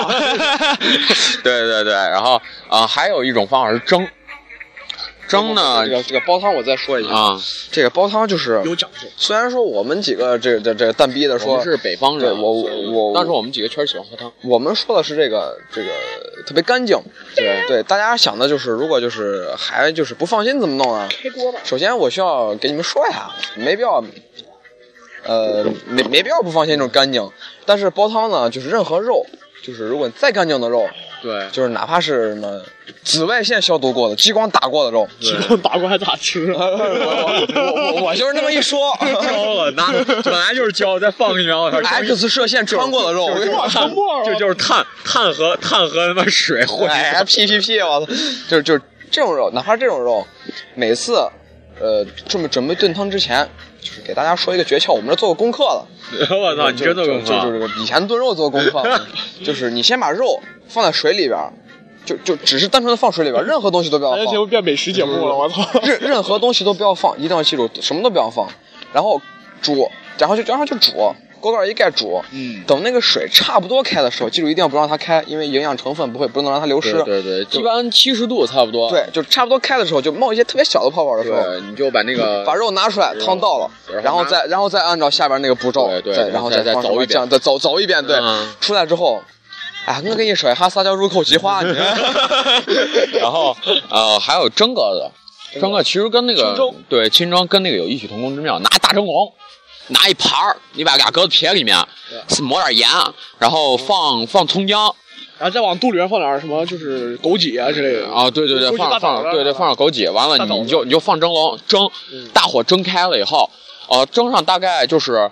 Speaker 2: [laughs] 对对对，然后啊、呃还有一种方法是蒸，蒸呢
Speaker 3: 这个这个煲汤我再说一下，
Speaker 2: 啊，
Speaker 3: 这个煲汤就是
Speaker 4: 有讲究。
Speaker 3: 虽然说我们几个这这这蛋逼的
Speaker 2: 我
Speaker 3: 说
Speaker 2: 们是北方人，
Speaker 3: 对我我我
Speaker 2: 但是我们几个确实喜欢喝汤，
Speaker 3: 我们说的是这个这个特别干净，对对，大家想的就是如果就是还就是不放心怎么弄啊？
Speaker 7: 开锅吧。
Speaker 3: 首先我需要给你们说一下，没必要，呃，没没必要不放心这种干净，但是煲汤呢，就是任何肉，就是如果你再干净的肉，
Speaker 2: 对，
Speaker 3: 就是哪怕是什么紫外线消毒过的、激光打过的肉，
Speaker 4: 打过还咋
Speaker 3: [laughs]
Speaker 4: 吃啊？
Speaker 3: 我我我就是那么一说
Speaker 2: 焦了，哦那本来就是焦，再放一秒， [laughs] 我操
Speaker 3: ，X 射线穿过的肉，我跟你说。
Speaker 4: 沉默
Speaker 2: 这就是碳碳和碳和他妈水混
Speaker 3: 哎呀，屁屁 [laughs] 屁！我操，就是就是这种肉，哪怕这种肉，每次呃这么准备炖汤之前，就是给大家说一个诀窍，我们这做过功课 [laughs] 了。
Speaker 2: 我操，你真的
Speaker 3: 就
Speaker 2: 够
Speaker 3: 就
Speaker 2: 吗？
Speaker 3: 就是这个以前炖肉做过功课 [laughs] 了，就是你先把肉放在水里边儿，就就只是单纯的放水里边儿，任何东西都不要
Speaker 4: 咱这节目
Speaker 3: 放，
Speaker 4: 变美食节目了，我操！
Speaker 3: 任任何东西都不要放，一定要记住什么都不要放，然后煮，然后就然后就煮。锅盖一盖煮，
Speaker 2: 嗯
Speaker 3: 等那个水差不多开的时候，记住一定要不让它开，因为营养成分不会不能让它流失。
Speaker 2: 对对，一般七十度差不多。
Speaker 3: 对，就差不多开的时候，就冒一些特别小的泡泡的时候，
Speaker 2: 对，你就把那
Speaker 4: [laughs]
Speaker 2: 个
Speaker 3: 把肉拿出来，汤倒了，
Speaker 2: 然
Speaker 3: 呃然
Speaker 2: 后
Speaker 3: 后
Speaker 2: 拿
Speaker 3: 再然后再按照下边那个步骤，
Speaker 2: 对对
Speaker 3: 再
Speaker 2: 然
Speaker 3: 然
Speaker 2: 后
Speaker 3: 后
Speaker 2: 再再
Speaker 3: 放
Speaker 2: 走
Speaker 3: 什么
Speaker 2: 一遍
Speaker 3: 酱再走走一遍，对
Speaker 2: 嗯，
Speaker 3: 出来之后，哎，我给你甩哈撒娇入口即化，你
Speaker 2: [laughs] 然后呃，还有蒸鸽子，蒸鸽其实跟那个对清蒸跟那个有异曲同工之妙，拿大蒸笼。拿一盘儿，你把俩鸽子撇里面，抹点盐，然后放
Speaker 4: 嗯
Speaker 2: 放葱姜，
Speaker 4: 然后再往肚里面放点儿什么，就是枸杞啊之类的。
Speaker 2: 啊，对对对，
Speaker 4: 枸杞
Speaker 2: 放
Speaker 4: 大
Speaker 2: 上放
Speaker 4: 枣
Speaker 2: 上，
Speaker 4: 了
Speaker 2: 对对，
Speaker 4: 是吧
Speaker 2: 放上枸杞，完了
Speaker 4: 大枣嗯
Speaker 2: 你
Speaker 4: 了
Speaker 2: 你就你就放蒸笼蒸，大火蒸开了以后，呃，蒸上大概就是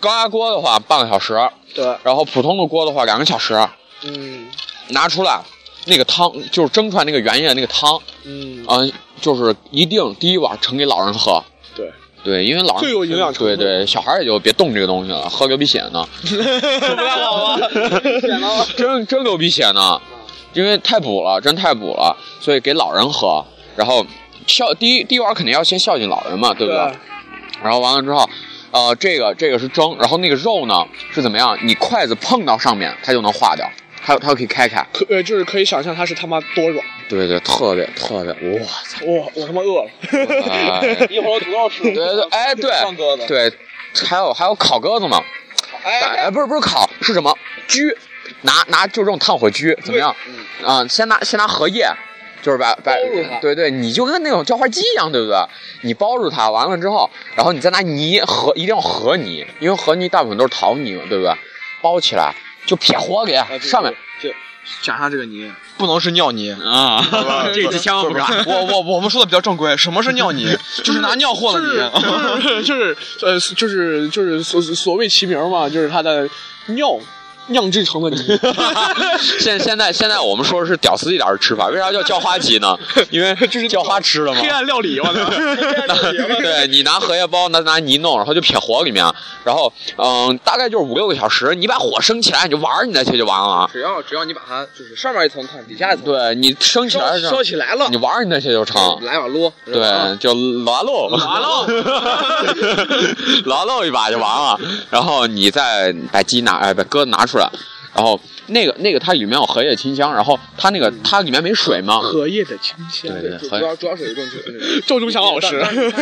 Speaker 2: 高压锅的话半个小时，
Speaker 4: 对，
Speaker 2: 然后普通的锅的话两个小时，
Speaker 4: 嗯
Speaker 2: 拿出来那个汤就是蒸出来那个原液的那个汤，
Speaker 4: 嗯，
Speaker 2: 嗯、就是一定第一碗盛给老人喝。
Speaker 4: 对。
Speaker 2: 对，因为老人
Speaker 4: 最有营养成
Speaker 2: 对
Speaker 4: 分
Speaker 2: 对，小孩儿也就别动这个东西了，喝流鼻血
Speaker 4: [laughs]
Speaker 2: 呢。
Speaker 4: 不太好 [laughs] 吧？
Speaker 2: 真真流鼻血
Speaker 4: 嗯
Speaker 2: 呢，因为太补了，真太补了，所以给老人喝。然后孝第一第一碗肯定要先孝敬老人嘛，对不对？
Speaker 4: 对啊
Speaker 2: 然后完了之后，呃，这个这个是蒸，然后那个肉呢是怎么样？你筷子碰到上面，它就能化掉，它它可以开开。
Speaker 4: 可呃，就是可以想象它是他妈多软。
Speaker 2: 对对，特别特别，哇塞！
Speaker 4: 我我他妈饿了。 [laughs]
Speaker 2: 哎
Speaker 3: [laughs] 一会儿土豆吃，
Speaker 2: 对对，哎对
Speaker 3: 放鸽子，
Speaker 2: 对，还有还有烤鸽子嘛，哎不是不是烤，是什么？焗，拿拿就这种炭火焗，怎么样？
Speaker 3: 嗯
Speaker 2: 啊、先拿先拿荷叶，就是把把对对，你就跟那种叫花鸡一样，对不对？你包住它，完了之后，然后你再拿泥和一定要和泥，因为和泥大部分都是淘泥嘛，对不对？包起来就撇火
Speaker 3: 啊
Speaker 2: 给、上面
Speaker 3: 加上这个泥， [laughs] 不能是尿泥。
Speaker 2: 啊， [laughs] 这次千万不敢。
Speaker 3: 我我我们说的比较正规，什么是尿泥？就是拿尿和的泥。
Speaker 4: 就是就是呃就是就是所所谓其名嘛，就是它的尿酿制成的泥。
Speaker 2: [laughs] 现现在现在我们说的是屌丝一点的吃法，为啥叫叫花鸡
Speaker 3: [laughs]
Speaker 2: 呢？因为就是叫花吃了吗？
Speaker 4: [laughs] 黑
Speaker 2: [laughs]
Speaker 4: 暗料理，我 [laughs] 操！
Speaker 2: 对你拿荷叶包，拿拿泥弄，然后就撇火里面，然后嗯，大概就是五六个小时，你把火升起来，你就玩儿，你再切就完了啊。
Speaker 3: 只要只要你把它就是上面一层炭，底下一层，
Speaker 2: 对你升起来
Speaker 3: 烧
Speaker 2: 是，
Speaker 3: 烧起来了
Speaker 2: 你，玩儿，你再切就成。
Speaker 3: 来碗撸。是吧
Speaker 2: 对，就拉喽，拉 [laughs] 喽，拉喽一把就完了。然后你再把鸡拿，哎，把鸽子拿出来，然然后那个那个它里面有荷叶清香，然后它那个它里面没水吗？
Speaker 4: [laughs] 荷叶的清香。
Speaker 2: 对对，
Speaker 3: 主
Speaker 2: 荷
Speaker 3: 要主要是有一种就是那种
Speaker 4: 赵忠祥老师，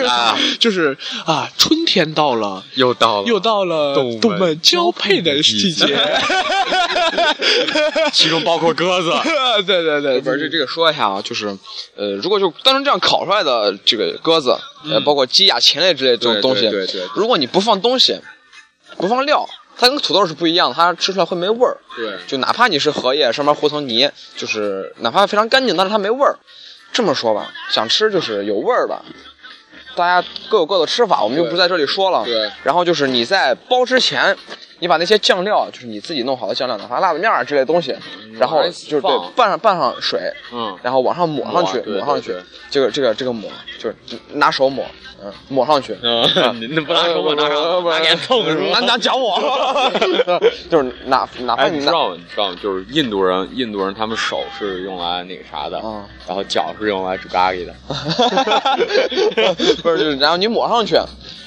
Speaker 2: 啊，
Speaker 4: [laughs] 就是啊，春天到了，
Speaker 2: 又到了
Speaker 4: 又到了动物们交配的季节。
Speaker 2: 其中包括鸽子。
Speaker 3: [laughs]
Speaker 4: 对对对，
Speaker 3: 不是
Speaker 2: 嗯
Speaker 3: 这这个说一下啊，就是呃，如果就单纯这样烤出来的这个鸽子，呃，包括鸡呀、禽类之类的这种东西，
Speaker 2: 嗯对对对对
Speaker 3: 如果你不放东西，不放料，它跟土豆是不一样的，它吃出来会没味儿。
Speaker 2: [laughs] 对，
Speaker 3: 就哪怕你是荷叶，上面糊层泥，就是哪怕非常干净，但是它没味儿。这么说吧，想吃就是有味儿的，大家各有各的吃法，我们就不在这里说了。
Speaker 2: 对。
Speaker 3: 然后就是你在包之前，你把那些酱料，就是你自己弄好的酱料，哪怕辣子面儿之类的东西，然后
Speaker 2: 往上
Speaker 3: 就是对
Speaker 2: 嗯放
Speaker 3: 拌上拌上水，
Speaker 2: [laughs] 嗯，
Speaker 3: 然后往上抹上去，
Speaker 2: 抹对
Speaker 3: 抹上去
Speaker 2: 对对，
Speaker 3: 这个这个这个抹就是拿手抹，嗯，抹上
Speaker 2: [laughs]
Speaker 3: 去， [laughs]
Speaker 2: 嗯，你那不拿手呃我拿手，拿脸蹭是吧？
Speaker 3: 拿拿
Speaker 2: [laughs]
Speaker 3: 脚我，就是哪哪怕
Speaker 2: 哎，
Speaker 3: 你
Speaker 2: 你知
Speaker 3: 拿
Speaker 2: 道吗？你知道吗？就是印度人，印度人他们手是用来那个啥的，
Speaker 3: 嗯
Speaker 2: 然后脚是用来煮咖 [laughs] 喱的。嗯
Speaker 3: [laughs] 不是，就是然后你抹上去，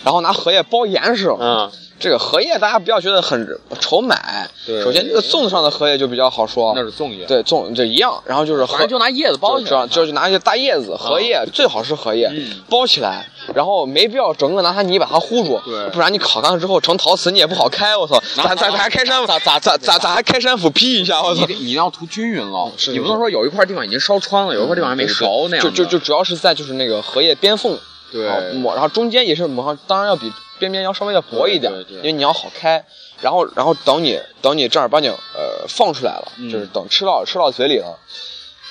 Speaker 3: 然后拿荷叶包严实。
Speaker 2: 嗯，
Speaker 3: 这个荷叶大家不要觉得很呃愁买，
Speaker 2: 对
Speaker 3: 首先这个粽子上的荷叶就比较好说，
Speaker 2: 那是粽叶。，
Speaker 3: 对粽这一样，然后就是
Speaker 2: 反
Speaker 3: 荷
Speaker 2: 正就拿叶子包起
Speaker 3: 就
Speaker 2: 来。
Speaker 3: 就就拿一些大叶子、荷叶，最好是荷叶
Speaker 2: 嗯
Speaker 3: 包起来，然后没必要整个拿它泥把它糊住，
Speaker 2: 对
Speaker 3: 不然你烤干了之后成陶瓷你也不好开，我操，
Speaker 2: 拿
Speaker 3: 咱咱咱还开山
Speaker 2: 咋咋
Speaker 3: 咋咋咋还开山斧劈一下，我
Speaker 2: 你
Speaker 3: 操
Speaker 2: 得！你一定要涂均匀了，
Speaker 3: 是
Speaker 2: 你不能说有一块地方已经烧穿了，有一块地方还没熟那样
Speaker 3: 就
Speaker 2: 的。
Speaker 3: 就就主要是在就是那个荷叶边缝
Speaker 2: 对
Speaker 3: 然后抹，然后中间也是抹上，当然要比边边要稍微要薄一点，
Speaker 2: 对对对
Speaker 3: 因为你要好开。然后然后等你等你正儿八经呃放出来了，
Speaker 2: 嗯
Speaker 3: 就是等吃到吃到嘴里了，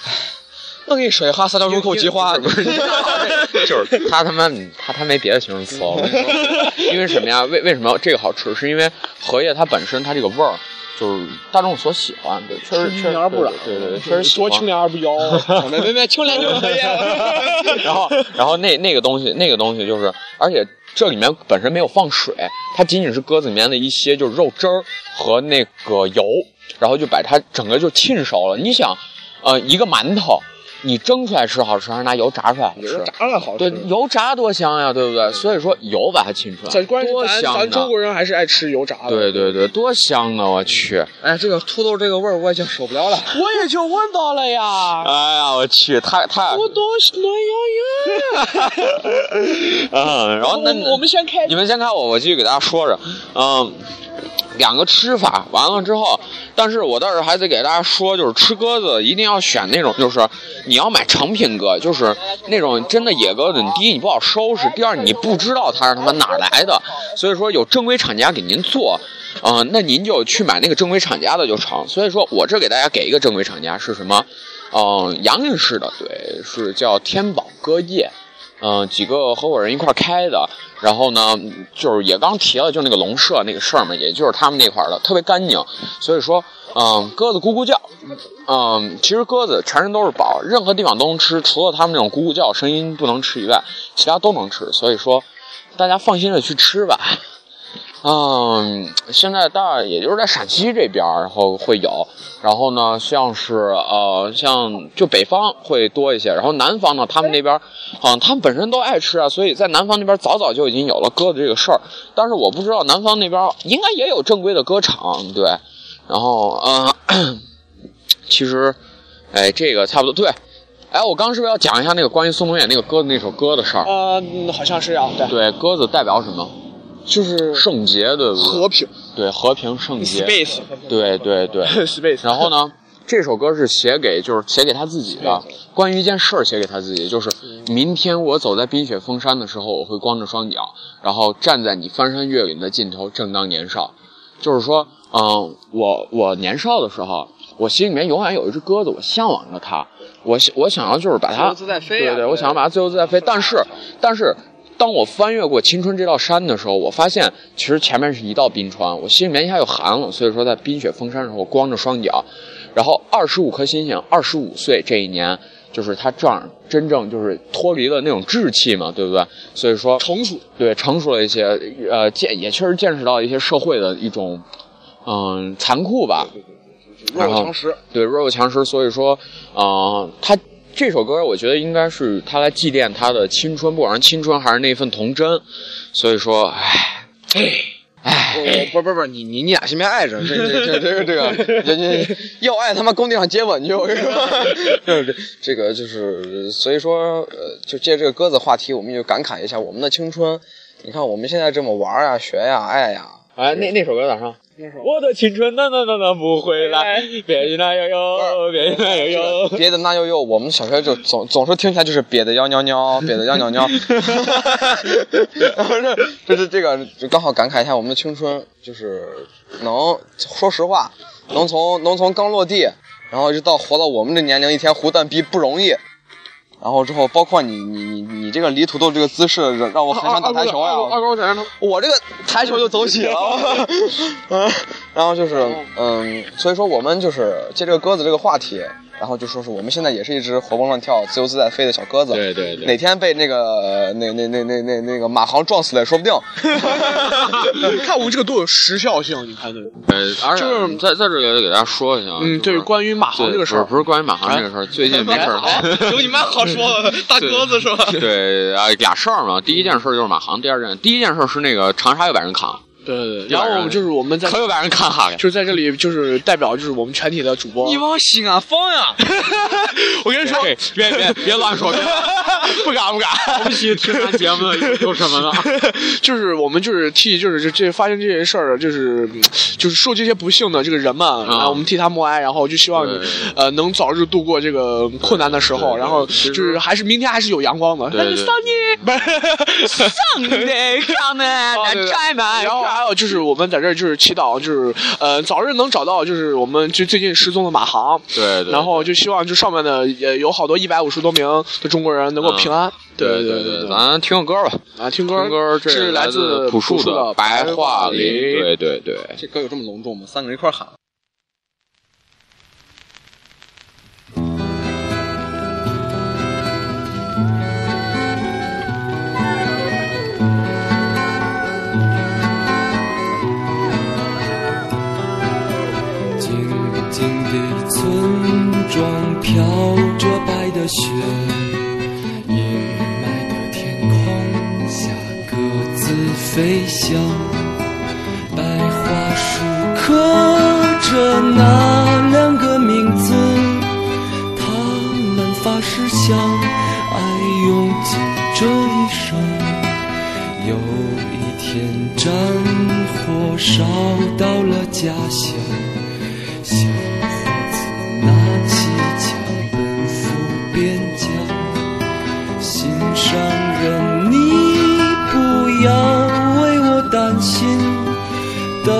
Speaker 3: 唉，我给你说一下撒娇入口即化，
Speaker 2: 不是，就是他他妈他他没别的形容词了，我跟你说因为什么呀？为为什么这个好吃？是因为荷叶它本身它这个味儿就是大众所喜欢，对，确实确
Speaker 4: 清
Speaker 2: 实
Speaker 4: 凉不染，
Speaker 2: 对对对，确实喜
Speaker 4: 多
Speaker 2: 欢
Speaker 4: 清凉而不妖。
Speaker 3: 没没没，清凉就可以了。
Speaker 2: [laughs] 然后，然后那那个东西，那个东西就是，而且这里面本身没有放水，它仅仅是鸽子里面的一些就是肉汁儿和那个油，然后就把它整个就浸熟了。你想，呃，一个馒头，你蒸出来吃好吃，还是拿油炸出来好吃？
Speaker 4: 炸了好
Speaker 2: 对，油炸多香呀，对不对？所以说油把它浸出来，
Speaker 4: 咱关键
Speaker 2: 多
Speaker 4: 是咱
Speaker 2: 香
Speaker 4: 咱中
Speaker 2: 呢！
Speaker 4: 国人还是爱吃油炸的。
Speaker 2: 对对对，多香啊！我去，
Speaker 3: 哎，这个土豆这个味儿我已经受不了了。
Speaker 4: 我也就问到了呀，
Speaker 2: 哎呀，我去，太太
Speaker 4: 我多暖洋洋。
Speaker 2: [laughs] 嗯，然后那
Speaker 4: 我我们先开
Speaker 2: 你们先看我，我继续给大家说着。嗯，两个吃法完了之后，但是我倒是还得给大家说，就是吃鸽子一定要选那种，就是你要买成品鸽，就是那种真的野鸽子，你第一你不好收拾，第二你不知道它是他妈哪儿来的，所以说有正规厂家给您做。嗯、那您就去买那个正规厂家的就成。所以说我这给大家给一个正规厂家是什么？嗯、阳陵市的，对，是叫天宝鸽业。嗯，几个合伙人一块儿开的，然后呢，就是也刚提了，就那个农舍那个事儿嘛，也就是他们那块儿的，特别干净，所以说，嗯，鸽子咕咕叫，嗯，其实鸽子全身都是宝，任何地方都能吃，除了它们那种咕咕叫声音不能吃以外，其他都能吃，所以说，大家放心的去吃吧。嗯，现在大概也就是在陕西这边儿，然后会有，然后呢，像是呃，像就北方会多一些，然后南方呢，他们那边儿好像他们本身都爱吃啊，所以在南方那边儿早早就已经有了鸽子这个事儿，但是我不知道南方那边儿应该也有正规的鸽场，对，然后嗯、呃 [coughs] 其实，哎，这个差不多，对，哎，我刚是不是要讲一下那个关于宋冬野那个鸽子那首歌的事儿？
Speaker 4: 呃，嗯好像是啊，对，
Speaker 2: 对，鸽子代表什么？
Speaker 4: 就是
Speaker 2: 圣洁，对不对？
Speaker 4: 和平
Speaker 2: 对和平圣洁，
Speaker 4: space
Speaker 2: 对对对。
Speaker 4: space。
Speaker 2: 然后呢，这首歌是写给就是写给他自己的，关于一件事儿写给他自己，就是明天我走在冰雪封山的时候，我会光着双脚，然后站在你翻山越岭的尽头，正当年少。就是说，嗯、我我年少的时候，我心里面永远有一只鸽子，我向往着它，我想我想要就是把它
Speaker 3: 自由自在飞
Speaker 2: 对
Speaker 3: 啊
Speaker 2: 对，
Speaker 3: 对嗯
Speaker 2: 我想要把它自由自在飞。但是，但是当我翻越过青春这道山的时候，我发现其实前面是一道冰川，我心里面一下就寒了。所以说，在冰雪封山的时候，我光着双脚，然后二十五颗星星，二十五岁这一年，就是他这样真正就是脱离了那种稚气嘛，对不对？所以说
Speaker 4: 成熟，
Speaker 2: 对成熟了一些，呃，见也确实见识到一些社会的一种嗯残酷吧。
Speaker 3: 弱
Speaker 2: 然后
Speaker 3: 肉强食，
Speaker 2: 对弱肉强食，所以说，呃，他这首歌我觉得应该是他来祭奠他的青春，不管是青春还是那份童真，所以说，唉，唉，
Speaker 4: 哦
Speaker 3: 哎，不不不，你你你俩先别爱着，这这这这个这个，这这要爱他妈工地上接吻去，我跟你说，就是这这个就是，所以说呃，就借这个鸽子话题，我们就感慨一下我们的青春。你看我们现在这么玩儿啊、学呀、爱呀、
Speaker 2: [laughs] 哎，那那首歌咋唱？我的青春那那那那不回
Speaker 4: 哎
Speaker 2: 来，别那悠悠，别那悠
Speaker 3: [laughs]
Speaker 2: 悠。
Speaker 3: 别的那又又，我们小学就总总是听起来就是瘪的幺尿 [laughs] 尿，瘪的幺尿尿。这这这这个就刚好感慨一下我们的青春，就是能说实话，能从能从刚落地，然后一直到活到我们这年龄，一天胡蛋逼不容易。然后之后，包括你你你你这个离土豆这个姿势，让让我很想打
Speaker 4: 啊
Speaker 3: 台球呀、
Speaker 4: 二二哥，我想让他
Speaker 3: 我这个台球就走起
Speaker 2: [laughs]
Speaker 3: 了，嗯，然后就是，嗯，所以说我们就是借这个鸽子这个话题，然后就说是我们现在也是一只活蹦乱跳、自由自在飞的小鸽子，
Speaker 2: 对对对
Speaker 3: 哪天被那个呃那那那那那那个马航撞死了也
Speaker 2: [laughs]
Speaker 3: 说不定，
Speaker 4: 你看我们这个多有时效性，你看这个。
Speaker 2: 呃，而且
Speaker 4: 就是
Speaker 2: 在在这里也给大家说一下啊，
Speaker 4: 嗯，
Speaker 2: 就
Speaker 4: 对，
Speaker 2: 是
Speaker 4: 关于马航
Speaker 2: 对
Speaker 4: 这个事儿哎
Speaker 2: 不是不，是关于马航这个事儿，最近没事儿。
Speaker 4: [laughs] 有你妈好说的，大鸽子是吧？
Speaker 2: [laughs] 对啊，俩事儿嘛。第一件事就是马航，第二件第一件事是那个长沙又把人扛，
Speaker 4: 对对对，然后就是我们在，
Speaker 2: 可
Speaker 4: 就
Speaker 2: 又把人扛哈了。
Speaker 4: 是在这里，就是代表就是我们全体的主播，
Speaker 8: 往西安放呀！我跟你说，
Speaker 4: [laughs]
Speaker 2: 哎别别别乱说，
Speaker 8: 不敢不敢，
Speaker 2: 我们去听咱节目的有什么呢？
Speaker 4: 就是我们就是替就是这这发生这些事儿，就是嗯就是受这些不幸的这个人们，然后我们替他默哀，然后就希望你
Speaker 2: 对
Speaker 4: 呃能早日度过这个困难的时
Speaker 2: 对
Speaker 4: 候，
Speaker 2: 对
Speaker 4: 然后
Speaker 2: 其实
Speaker 4: 就是还是明天还是有阳光的。哎
Speaker 2: 对对
Speaker 4: [laughs]
Speaker 8: Sunday coming
Speaker 4: 哦
Speaker 8: and
Speaker 4: 对对
Speaker 8: try my
Speaker 4: 然后还有就是我们在这儿就是祈祷，就是呃早日能找到就是我们就最近失踪的马航，
Speaker 2: 对对，
Speaker 4: 然后就希望就上面的也有好多一百五十多名的中国人能够
Speaker 2: 嗯
Speaker 4: 平安。
Speaker 2: 对
Speaker 4: 对
Speaker 2: 对，
Speaker 4: 对，
Speaker 2: 咱听个歌吧。
Speaker 4: 啊，听歌
Speaker 2: 听歌这
Speaker 4: 是来自
Speaker 2: 朴
Speaker 4: 树
Speaker 2: 树的《白桦林》，对对对。
Speaker 3: 这歌有这么隆重吗？三个人一块
Speaker 2: [laughs]
Speaker 3: 儿喊。
Speaker 9: 静静的村庄飘着白的雪，阴霾的天空下各自飞翔。白桦树刻着那两个名字，他们发誓相爱，用尽这一生。有一天，战火烧到了家乡，小伙子拿起枪奔赴边疆。心上人，你不要为我担心，等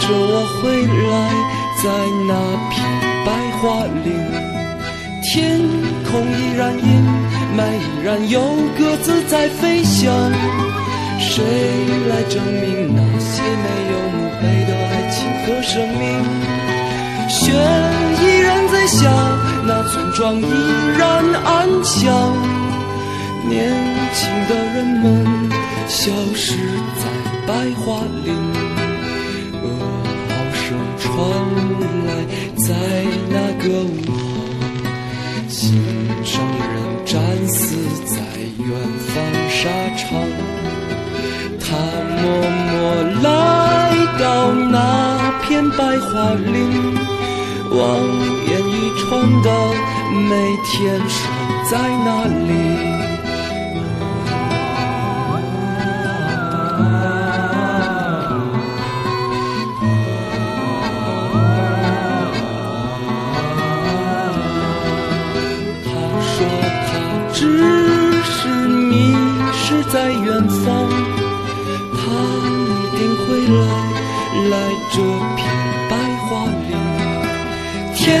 Speaker 9: 着我回来，在那片白桦林。天空依然阴霾，依然有鸽子在飞翔。谁来证明那些没有墓碑的爱情和生命？雪依然在下，那村庄依然安详。年轻的人们消失在白桦林。噩耗声传来，在那个午后，心上人战死在远方沙场。他默默来到那片白桦林，望眼欲穿的每天守在那里。他说他只是迷失在远方，他一定会来来这片白桦林。天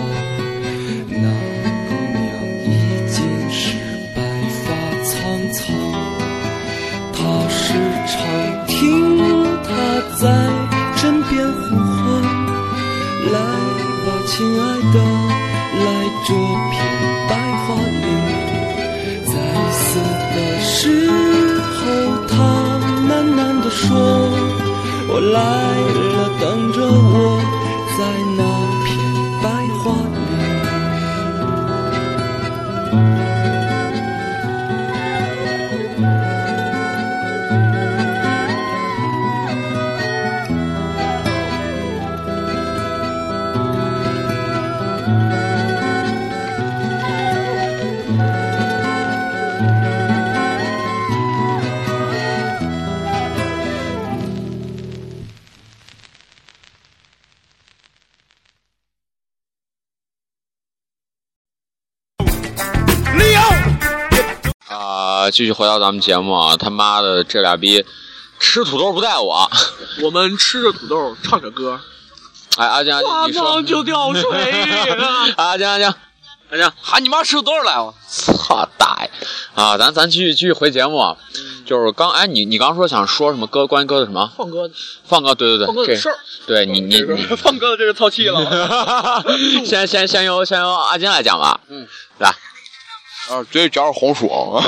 Speaker 9: 那姑娘已经是白发苍苍，她时常听她在枕边
Speaker 10: 说，我来了，等着我，在那片白桦林。
Speaker 2: 啊、继续回到咱们节目啊，他妈的这俩逼吃土豆不带我。
Speaker 4: 我们吃着土豆，唱着歌。
Speaker 2: 哎，阿江，
Speaker 4: 大
Speaker 2: 你说
Speaker 4: 浪。就掉水
Speaker 2: [laughs] 啊
Speaker 4: 里了。 [laughs]
Speaker 2: 阿江阿江阿江，喊你妈吃土豆来！哦我操大爷！啊，咱咱继续继续回节目啊，就是刚哎，你你刚说想说什么歌？关于歌的什么？
Speaker 4: 放歌，
Speaker 2: 放歌，对对对，
Speaker 4: 放歌
Speaker 2: 这
Speaker 4: 的事儿。
Speaker 2: 对你你你，
Speaker 4: 放歌的这是操气了。
Speaker 2: [laughs] 先先先由先由阿金来讲吧。嗯，来，
Speaker 3: 啊，嘴里嚼着红薯。啊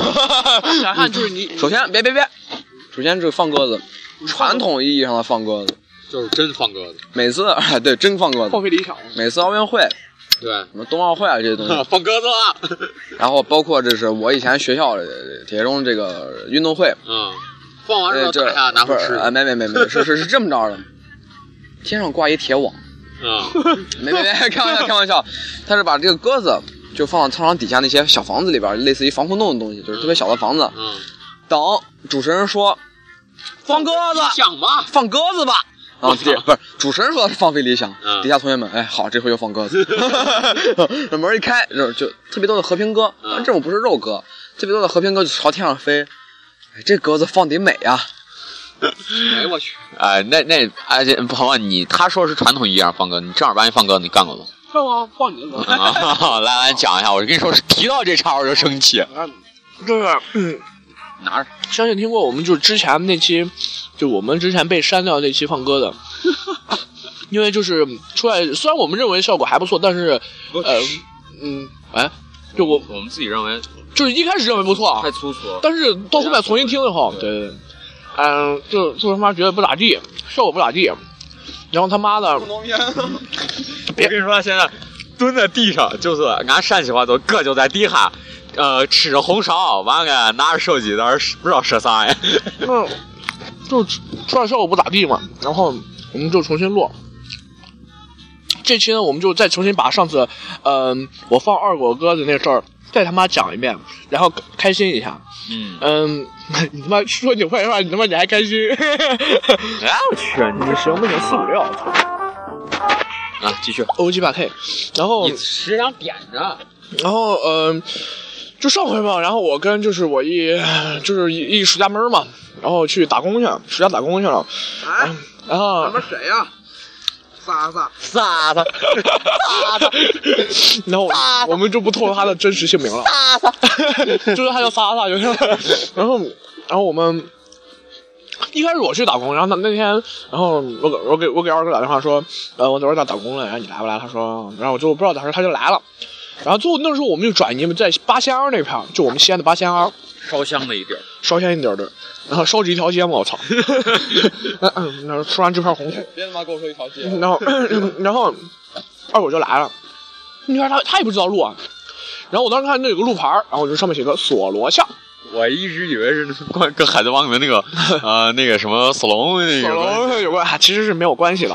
Speaker 4: 想看就是你
Speaker 3: 首先，别别别，首先这个放鸽子，传统意义上的放鸽子，
Speaker 2: [laughs] 就是真放歌的，
Speaker 3: 每次 [laughs] 对真放鸽子
Speaker 4: [laughs] 放，飞理想，
Speaker 3: 每次奥运会、
Speaker 2: 对，
Speaker 3: 什么冬奥会啊这些东西，
Speaker 2: [laughs] 放啊鸽子了。
Speaker 3: 然后包括这是我以前学校的铁中这个运动会，
Speaker 2: [laughs] 嗯，放完
Speaker 3: 呃，这不是啊，
Speaker 2: 哎
Speaker 3: 没没没没，是是是这么着的，天上挂一铁网，
Speaker 2: 嗯， [laughs]
Speaker 3: 没没没，开玩笑开玩笑，他是把这个鸽子就放到操场底下那些小房子里边，类似于防空洞的东西，就是特别小的房子，
Speaker 2: 嗯，
Speaker 3: 等主持人说放鸽子，
Speaker 2: 想吧，
Speaker 3: 放鸽子吧。啊， [laughs] 对，不是主持人说放飞理想，
Speaker 2: 嗯
Speaker 3: 底下同学们，哎，好，这回又放鸽子， [laughs] 门一开，就就特别多的和平鸽，
Speaker 2: 嗯
Speaker 3: 但这种不是肉鸽，特别多的和平鸽就朝天上飞，哎，这鸽子放得美啊呀、
Speaker 2: 哎我去，哎，那那哎，这朋友，你他说是传统意义上放歌，你正儿八经放歌，你干过吗？ [laughs]
Speaker 4: 放啊放你的 [laughs] 歌。
Speaker 2: 啊，来来讲一下，我跟你说，提到这茬我就生气。
Speaker 4: 就是嗯，
Speaker 2: 哪儿？
Speaker 4: 相信听过我们就是之前那期，就我们之前被删掉那期放歌的，因为就是出来，虽然我们认为效果还不错，但是呃嗯哎，就我
Speaker 2: 我们自己认为
Speaker 4: 就是一开始认为不错啊，
Speaker 2: 粗俗了。
Speaker 4: 但是到后面重新听了以后，对对对，嗯，就就他妈觉得不咋地，效果不咋地，然后他妈的
Speaker 2: 我跟你说，现在蹲在地上，就是俺陕西话都硌就在地下，呃，吃着红烧，完了拿着手机在那儿不知道说啥呀。
Speaker 4: 那就出来效果不咋地嘛，然后我们就重新录。这期呢，我们就再重新把上次，嗯、我放二狗鸽子那事儿再他妈讲一遍，然后开心一下。
Speaker 2: 嗯，
Speaker 4: 嗯， [laughs] 你他妈说你坏话，你他妈你还开心？ [laughs]
Speaker 2: 哎我去
Speaker 4: 你行不行？四五六，
Speaker 2: 啊，继续。
Speaker 4: 欧几百 K。然后
Speaker 2: 时常点着。
Speaker 4: 然后嗯、就上回嘛，然后我跟就是我一就是一一暑假妹儿嘛，然后去打工去，暑假打工去了，
Speaker 7: 哎，
Speaker 4: 然后
Speaker 7: 咱们谁呀？莎莎，
Speaker 2: 咋的？咋的？
Speaker 4: [laughs] 然后我我们就不透露他的真实姓名了， [laughs] 就是他叫莎莎，就是， [laughs] 然后然后我们一开始我去打工，然后那那天，然后我给我给我给二哥打电话说，呃，我在外边打工了，然后你来不来？他说，然后我就不知道咋回事，他就来了，然后最后那时候我们就转移在八仙庵那片儿，就我们西安的八仙庵。
Speaker 2: 烧香的一地儿。
Speaker 4: 烧香一点儿的，然后烧着一条街嘛，
Speaker 3: [laughs]
Speaker 4: 我操！嗯嗯然后突然这片红土，
Speaker 3: 别他妈跟我说一条街
Speaker 4: 然
Speaker 3: [laughs]
Speaker 4: 后嗯然后二狗就来了，你看他他也不知道路啊。然后我当时看那有个路牌儿，然后我就上面写个索罗巷，
Speaker 2: 我一直以为是关跟《海贼王》里面那个呃那个什么索隆那
Speaker 4: 索
Speaker 2: 个关系。
Speaker 4: 罗有关，啊其实是没有关系的。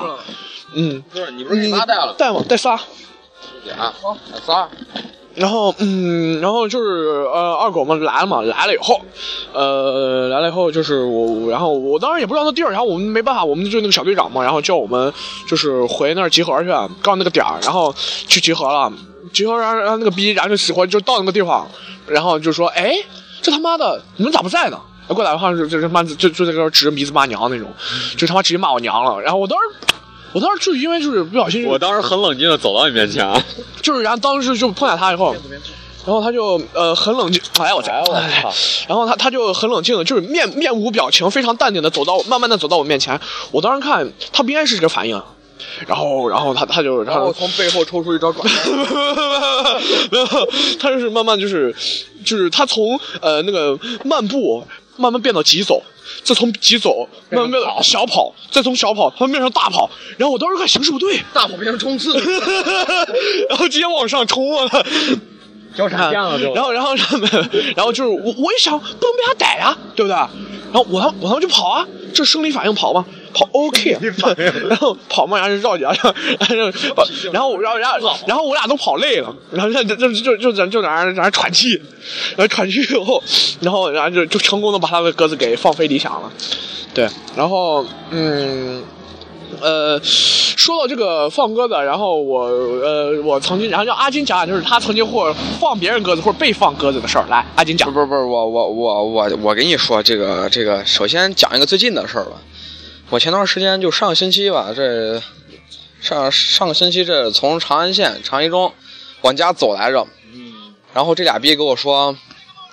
Speaker 4: 嗯，
Speaker 2: 不是你不
Speaker 4: 你带吗？带仨。
Speaker 2: 啊？仨。
Speaker 4: 然后嗯，然后就是呃，二狗嘛来了嘛，来了以后，呃，来了以后就是我，然后我当时也不知道那地儿，然后我们没办法，我们就那个小队长嘛，然后叫我们就是回那儿集合去，告诉那个点儿，然后去集合了，集合然后然后那个逼，然后就喜欢就到那个地方，然后就说，哎，这他妈的你们咋不在呢？然后过来的话就就他妈就就就在那儿指着鼻子骂娘那种，就他妈直接骂我娘了，然后我当时。我当时就因为就是不小心，
Speaker 2: 我当时很冷静的走到你面前啊，
Speaker 4: 就是，然后当时就碰见他以后，然后他就呃很冷静，哎呀我操，哎然后他他就很冷静的，就是面面无表情，非常淡定的走到我，慢慢的走到我面前。我当时看他不应该是这个反应，然后然后他他就然
Speaker 3: 然后
Speaker 4: 后
Speaker 3: 从背后抽出一张拐杖，
Speaker 4: [laughs] 没有，他就是慢慢就是，就是他从呃那个漫步慢慢变到疾走，再从疾走慢慢变到小跑，再从小跑慢慢变成大跑。然后我当时看形势不对，
Speaker 7: 大跑变成冲刺，
Speaker 4: [laughs] 然后直接往上冲啊了。
Speaker 11: 交啥
Speaker 4: [laughs]
Speaker 11: 样了就
Speaker 4: 然后，然后，然后没有，然后就是我，我一想，不能被他逮啊，对不对？然后我他我他妈就跑啊，这生理反应跑嘛，跑 OK 啊， [laughs] 然后跑嘛，然后就绕几下，然后然后然后然后然后我俩都跑累了，然后就就就就在就在那儿在那儿喘气，然后喘气以后，然后然后就就成功的把他的鸽子给放飞理想了，对，然后嗯。呃，说到这个放鸽子，然后我呃，我曾经，然后让阿金讲讲，就是他曾经或放别人鸽子，或者被放鸽子的事儿。来，阿金讲。
Speaker 3: 不是不是，我我我我我跟你说这个这个，首先讲一个最近的事儿吧。我前段时间就上个星期吧，这上上个星期这从长安县长一中往家走来着，然后这俩逼跟我说。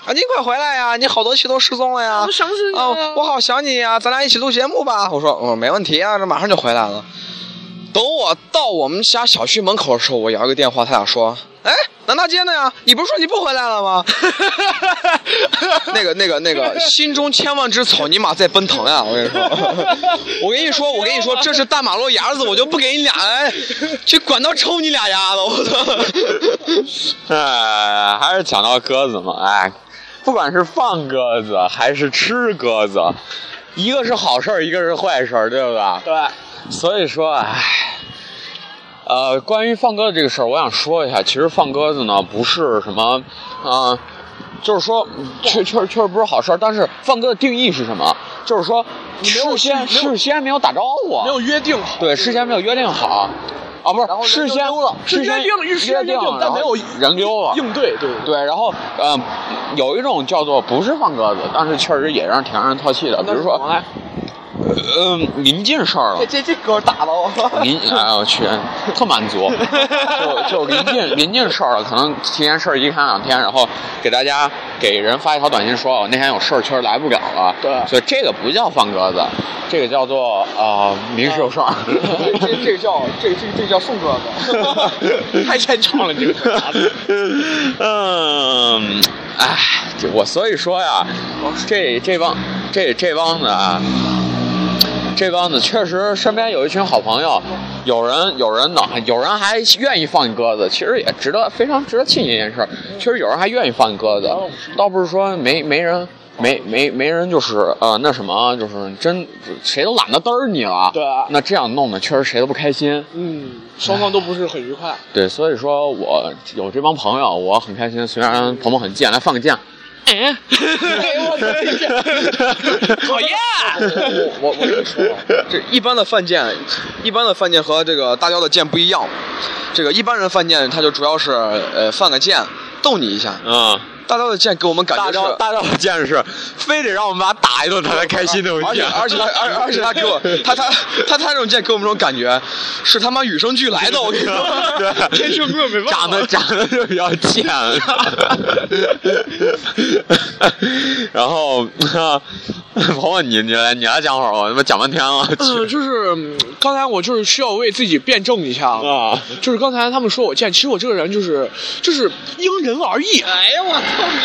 Speaker 3: 啊，你快回来呀！你好多期都失踪了呀！我想你啊、我好想你呀！咱俩一起录节目吧。我说，嗯，没问题啊，这马上就回来了。等我到我们家小区门口的时候，我摇一个电话，他俩说：“哎，南大街呢呀？你不是说你不回来了吗？” [laughs] 那个、那个、那个，心中千万只草泥马在奔腾呀！我跟你说，我跟你说，我跟你说，这是大马路牙子，我就不给你俩，哎，去管道抽你俩丫的！我操！
Speaker 2: [laughs] 哎，还是讲到鸽子嘛，哎，不管是放鸽子还是吃鸽子，一个是好事儿，一个是坏事儿，对不对？
Speaker 4: 对，
Speaker 2: 所以说，唉，呃，关于放鸽子这个事儿，我想说一下，其实放鸽子呢不是什么，嗯、就是说，确确确实不是好事儿。但是放鸽的定义是什么？就是说，事先事先没有打招呼，啊
Speaker 4: 没有约定好。
Speaker 2: 对，事先没有约定好，啊，不是，事先事先
Speaker 4: 约定了
Speaker 2: 约
Speaker 4: 是约定了但没有
Speaker 2: 人溜了。
Speaker 4: 应对，对
Speaker 2: 对，然后呃，有一种叫做不是放鸽子，但是确实也让挺让人透气的，比如说，嗯、临近事儿了，
Speaker 7: 这这歌打的我。
Speaker 2: 临哎我去，特满 [laughs] 足，就就临近临近事儿了，可能提前事儿一看两天，然后给大家给人发一条短信说，我那天有事儿，确实来不了了。
Speaker 4: 对
Speaker 2: 所以这个不叫放鸽子，这个叫做呃临时有 [laughs] 事儿。
Speaker 4: 这这个叫这这这叫送鸽子， [laughs] 太欠唱了这个。
Speaker 2: [laughs] 嗯，哎，这我所以说呀，这这帮这这帮子啊，这帮子确实身边有一群好朋友，有人有人呢，有人还愿意放你鸽子，其实也值得非常值得庆幸一件事儿，确实有人还愿意放你鸽子，倒不是说没没人。没没没人就是呃那什么就是真谁都懒得嘚儿你了，
Speaker 4: 对啊
Speaker 2: 那这样弄的确实谁都不开心，
Speaker 4: 嗯，双方都不是很愉快。
Speaker 2: 对，所以说我有这帮朋友，我很开心。虽然鹏鹏很贱，来放个假。嗯
Speaker 4: 讨厌。
Speaker 3: 我我跟你说，啊这一般的犯贱，一般的犯贱和这个大雕的贱不一样。这个一般人犯贱，他就主要是呃犯个贱逗你一下。
Speaker 2: 嗯，
Speaker 3: 大雕的贱给我们感
Speaker 2: 大
Speaker 3: 觉
Speaker 2: 招
Speaker 3: 是，
Speaker 2: 大招的贱是，非得让我们把他打一顿，他才开心的。
Speaker 3: 而且而且他
Speaker 2: [laughs]
Speaker 3: 而而且他给我他他他他这种贱给我们这种感觉，是他妈与生俱来的。我跟
Speaker 2: [laughs]
Speaker 3: 你说，
Speaker 2: 对，
Speaker 3: 这没有没办
Speaker 2: 长得长得就比较贱。 [laughs] 然后， [laughs] 啊鹏鹏，你你来你来讲会儿吧，我他妈讲半天 [laughs] 了。
Speaker 4: 嗯，就是嗯刚才我就是需要为自己辩证一下啊
Speaker 2: 啊，
Speaker 4: 就是刚才他们说我贱，其实我这个人就是就是因人而异。哎呀，我操！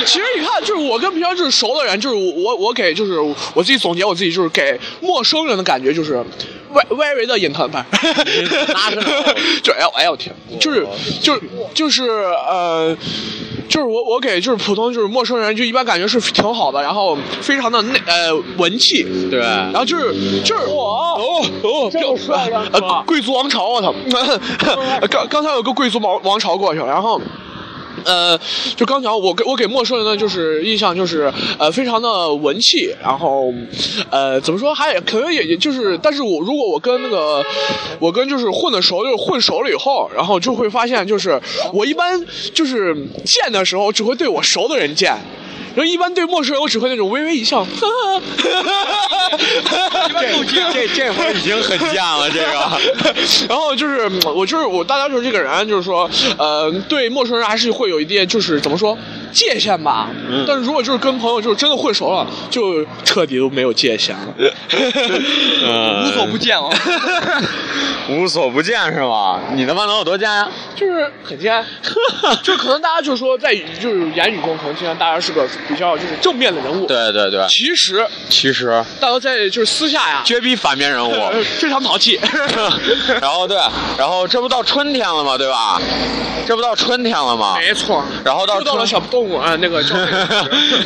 Speaker 4: 其实你看，就是我跟平常就是熟的人，就是我我我给就是我自己总结我自己，就是给陌生人的感觉就是。外外围的隐藏版，
Speaker 2: 拿着呢
Speaker 4: [laughs] 就哎呦哎呦我天，就是就是就是呃，就是我我给就是普通就是陌生人就一般感觉是挺好的，然后非常的那呃文气，
Speaker 2: 对，
Speaker 4: 然后就是就是哦哦，这么帅呃，贵族王朝，我操！ [laughs] 刚刚才有个贵族王王朝过去了，然后。呃，就刚才我给我给陌生人的就是印象就是呃非常的文气，然后呃怎么说还可能也也就是，但是我如果我跟那个我跟就是混的熟，就是混熟了以后，然后就会发现就是我一般就是见的时候只会对我熟的人见。然后一般对陌生人，我只会那种微微一笑，哈哈，
Speaker 2: 这这会儿已经很贱了，这
Speaker 3: [laughs]
Speaker 2: 个。
Speaker 4: [laughs] 然后就是嗯我就是我，大家就是这个人，就是说，呃，对陌生人还是会有一点，就是怎么说，界限吧。
Speaker 2: 嗯
Speaker 4: 但是如果就是跟朋友就是真的混熟了，就彻底都没有界限了。
Speaker 3: 嗯无
Speaker 2: 嗯
Speaker 3: 所不见哦。
Speaker 2: 呃 [laughs] 无所不见是吗？你他妈能有多贱呀、
Speaker 4: [laughs]
Speaker 3: [laughs]
Speaker 4: 就是很贱，就可能大家就说在语就是言语中，可能经常大家是个比较就是正面的人物。，
Speaker 2: 对对对，
Speaker 4: 其实
Speaker 2: 其实
Speaker 4: 大家在就是私下呀，
Speaker 2: 绝逼反面人物。 [laughs]
Speaker 4: [laughs] 呃非常淘气。
Speaker 2: 然后对，然后这不到春天了吗？对吧？这不到春天了吗？
Speaker 4: 没错，
Speaker 2: 然后到
Speaker 4: 又到了
Speaker 2: 春
Speaker 4: 小动物啊，
Speaker 2: [laughs]
Speaker 4: 那个叫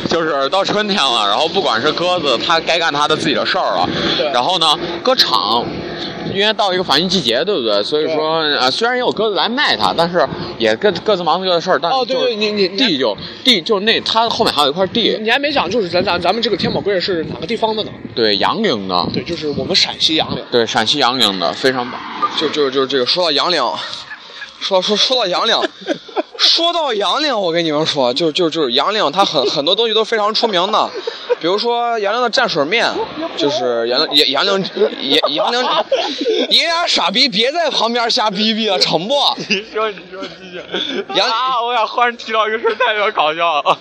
Speaker 2: 就是到春天了，然后不管是鸽子，它该干它的自己的事儿了。然后呢，鸽场，因为到一个繁育季节，对不对？所以说，呃，虽然也有鸽子来卖它，但是也各各自忙各自的事儿。但是
Speaker 4: 哦对
Speaker 2: 就是
Speaker 4: 对你你你
Speaker 2: 地就地就那，它后面还有一块地，
Speaker 4: 你还没讲，就是咱咱咱们这个天宝贵是哪个地方的呢？
Speaker 2: 对杨陵的，
Speaker 4: 对，就是我们陕西杨凌。
Speaker 2: 对陕西杨陵的，非常棒。
Speaker 3: 就就就这个，说到杨岭，说说说到杨岭，说到杨岭，我跟你们说，就就就是杨岭，它很很多东西都非常出名的，比如说杨凌的蘸水面，就是杨杨杨凌杨杨凌，你俩傻逼别在旁边瞎逼逼了，成不？
Speaker 11: 你说，你说，继续。
Speaker 3: 杨
Speaker 11: 啊！我想忽然提到一个事儿，太他妈搞笑了。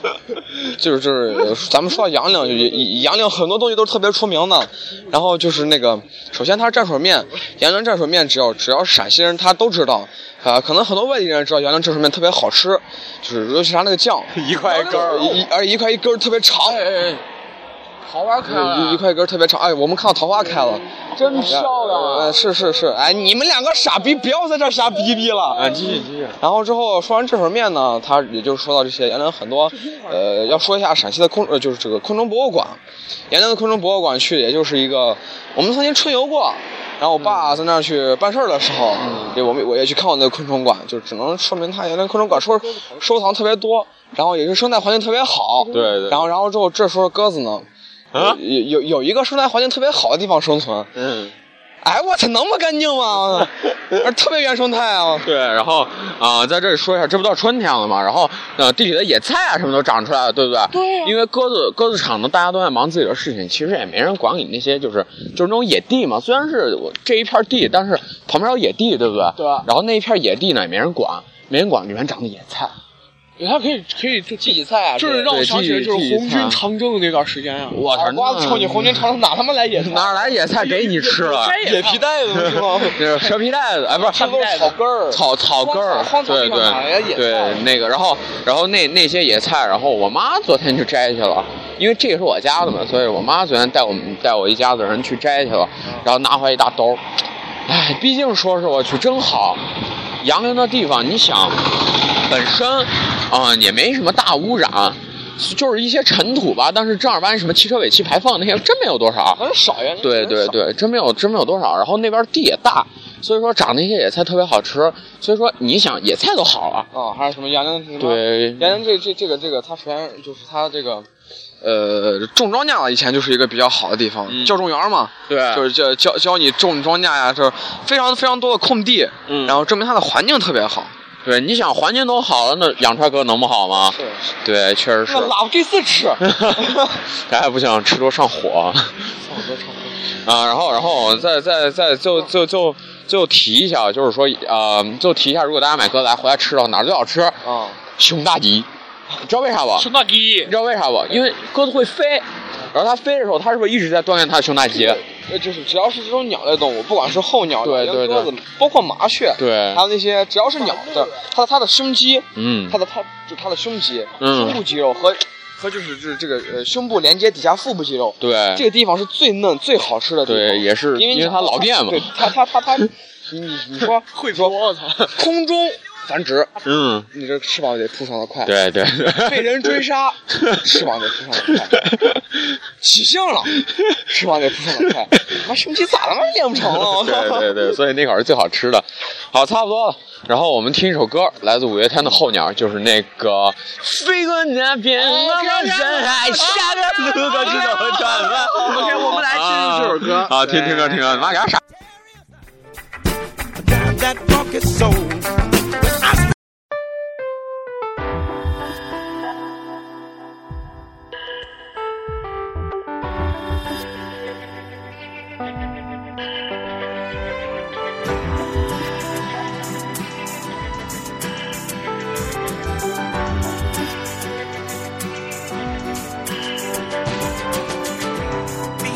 Speaker 3: 就是就是，咱们说到杨岭，就杨岭很多东西都是特别出名的。然后就是那个，首先它是蘸水面，杨凌蘸水面只要只要陕西人他都知道，啊、可能很多外地人知道杨凌蘸水面特别好吃，就是尤其是它那个酱， [laughs] 一块一根儿，一而一块一根儿特别长，
Speaker 4: 哎桃花开
Speaker 3: 一一块一根儿特别长。哎，我们看到桃花开了，
Speaker 4: 真漂亮啊！
Speaker 3: 呃，是是是，哎，你们两个傻逼不要在这儿瞎逼逼了，
Speaker 2: 啊，继续继续。
Speaker 3: 然后之后说完这份面呢，他也就说到这些。杨凌很多，呃，要说一下陕西的空，呃，就是这个空中博物馆。杨凌的空中博物馆去，也就是一个我们曾经春游过。然后我
Speaker 4: 嗯
Speaker 3: 爸在那儿去办事儿的时候，也我们我也去看过那个昆虫馆，就只能说明他原来昆虫馆收收藏特别多，然后也是生态环境特别好。
Speaker 2: [laughs] 对对
Speaker 3: 然后然后之后这时候鸽子呢，
Speaker 2: 啊
Speaker 3: 有有有一个生态环境特别好的地方生存。
Speaker 2: 嗯。
Speaker 3: 哎，我操，能不干净
Speaker 4: [laughs]
Speaker 3: 吗？而特别原生态啊。
Speaker 2: 对，然后啊、呃在这里说一下，这不到春天了嘛，然后呃，地里的野菜啊什么都长出来了，对不对？对、因为鸽子鸽子场呢，大家都在忙自己的事情，其实也没人管你那些就是就是那种野地嘛。虽然是我这一片地，但是旁边有野地，对不对？
Speaker 3: 啊
Speaker 4: 对
Speaker 2: 然后那一片野地呢，也没人管，没人管里面长的野菜。
Speaker 4: 他可以可以就
Speaker 3: 荠菜啊，
Speaker 4: 就是让我
Speaker 2: 对
Speaker 4: 想起来
Speaker 2: 记
Speaker 4: 就是红
Speaker 2: 记忆
Speaker 4: 军长征的那段时间啊。
Speaker 2: 我操！
Speaker 3: 瓜子抽你红军长城哪他妈来野菜？
Speaker 2: 哪来野菜给你吃了？
Speaker 3: 野皮带子是吗？
Speaker 2: [laughs] 这蛇皮袋子，哎，不是
Speaker 3: 这都是草根儿，
Speaker 2: 草草根儿
Speaker 3: 荒，草
Speaker 2: 对
Speaker 3: 地上哪来
Speaker 2: 对
Speaker 3: 野
Speaker 2: 对，那个，然后然后那那些野菜，然后我妈昨天去摘去了，因为这个是我家的嘛，所以我妈昨天带我们带我一家子人去摘去了，
Speaker 3: 嗯
Speaker 2: 然后拿回来一大兜，哎，毕竟说是我去真好，杨凌的地方，你想，本身啊、也没什么大污染。就是一些尘土吧，但是正儿八经什么汽车尾气排放那些真没有多少，
Speaker 3: [laughs] 很少呀。
Speaker 2: 对对对，真没有真没有多少。然后那边地也大，所以说长那些野菜特别好吃。所以说你想野菜都好了，
Speaker 3: 啊，还有什么杨凌什么？，
Speaker 2: 对
Speaker 3: 杨凌这这这个这个，它首先就是它这个。呃，种庄稼以前就是一个比较好的地方，教种园嘛，
Speaker 2: 对
Speaker 3: 就是教教教你种庄稼呀，就是非常非常多的空地，
Speaker 2: 嗯
Speaker 3: 然后证明它的环境特别好。
Speaker 2: 对，你想环境都好了，那养出来鸽能不好吗？对，确实是。
Speaker 3: 我给谁 [laughs] 吃？
Speaker 2: [laughs] 咱还不想吃多上火。 [laughs] 啊，然后，然后再再再就就就就提一下，就是说，呃，就提一下，如果大家买鸽子来回来吃的话，哪儿最好吃？
Speaker 3: 啊，
Speaker 2: 熊大吉，你知道为啥不？
Speaker 4: 熊大吉
Speaker 2: 你，知道为啥不？因为鸽子会飞，然后它飞的时候，它是不是一直在锻炼它的胸大肌？
Speaker 3: 呃，就是只要是这种鸟类动物，不管是候鸟、
Speaker 2: 对
Speaker 3: 老
Speaker 2: 对
Speaker 3: 鹰鸽
Speaker 2: 对
Speaker 3: 子，包括麻雀，
Speaker 2: 对
Speaker 3: 还有那些只要是鸟的，它的它的胸肌，
Speaker 2: 嗯
Speaker 3: 它的它就它的胸肌、
Speaker 2: 嗯
Speaker 3: 胸部肌肉和和就是就是这个呃胸部连接底下腹部肌肉，
Speaker 2: 对，
Speaker 3: 这个地方是最嫩最好吃的地方，
Speaker 2: 对也是
Speaker 3: 因为
Speaker 2: 因为它老练嘛
Speaker 3: 对，它它它它，你你
Speaker 2: [laughs]
Speaker 3: 你说会说，我操，空中繁殖，
Speaker 2: 嗯，
Speaker 3: 你这翅膀得扑上的快，
Speaker 2: 对对对，
Speaker 3: [laughs] 被人
Speaker 2: [laughs]
Speaker 3: 追杀，翅膀得扑上的快。起性了，是吧？得扑上快，妈胸肌咋他妈练不成啊了？我
Speaker 2: 对
Speaker 3: [laughs] 操！
Speaker 2: 对对，所以那会儿是最好吃的。好，差不多了。然后我们听一首歌，来自五月天的《候鸟》，就是那个飞过那片茫茫深海，下边路过只有转弯。OK，我们来听这首歌啊，听听歌，听歌，妈给他傻。
Speaker 1: That funk is so.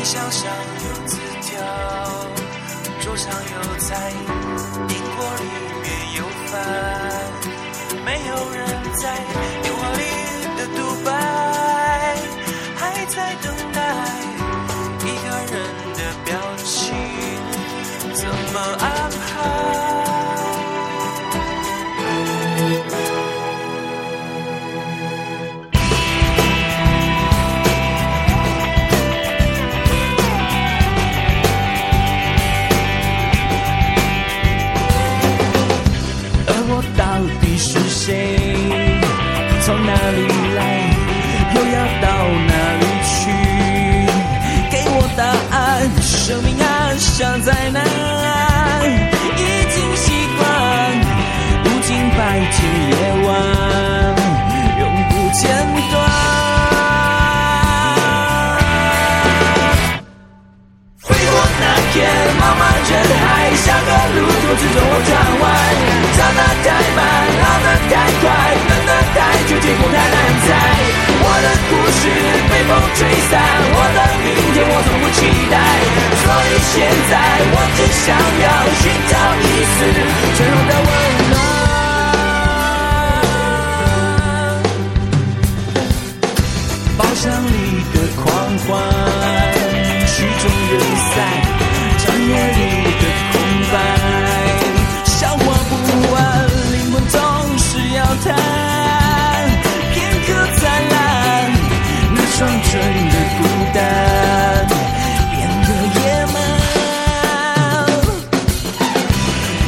Speaker 9: 箱上有字条，桌上有菜，电锅里面有饭，没有人在电话里的独白，还在等待一个人的表情怎么安排？而我到底是谁？从哪里来，又要到哪里去？给我答案，生命啊，像灾难，已经习惯无尽白天夜晚，永不间断。飞过那片茫茫人海，下个路途之中我转弯，长得太慢，老得太快，等得太久，结果太难猜。我的故事被风吹散，我的明天我从不期待，所以现在我只想要寻找一丝脆弱的温暖。包厢里的狂欢，曲终人散，长夜里的空白，消化不完，灵魂总是要谈片刻灿烂，那双唇的孤单变得野蛮。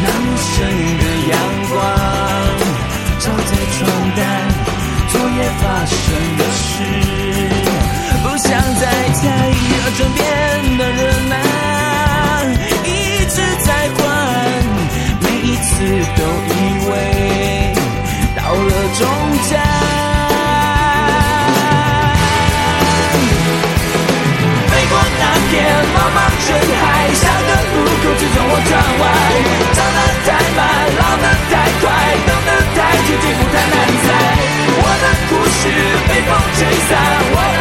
Speaker 9: 那陌生的阳光照在床单，昨夜发生的事，不想再猜。而枕边的人啊，一直在换，每一次都以为到了终站。飞过那片茫茫人海，下个路口只让我转弯。长得太慢，老得太快，等得太久，结果太难猜。我的故事被风吹散，我的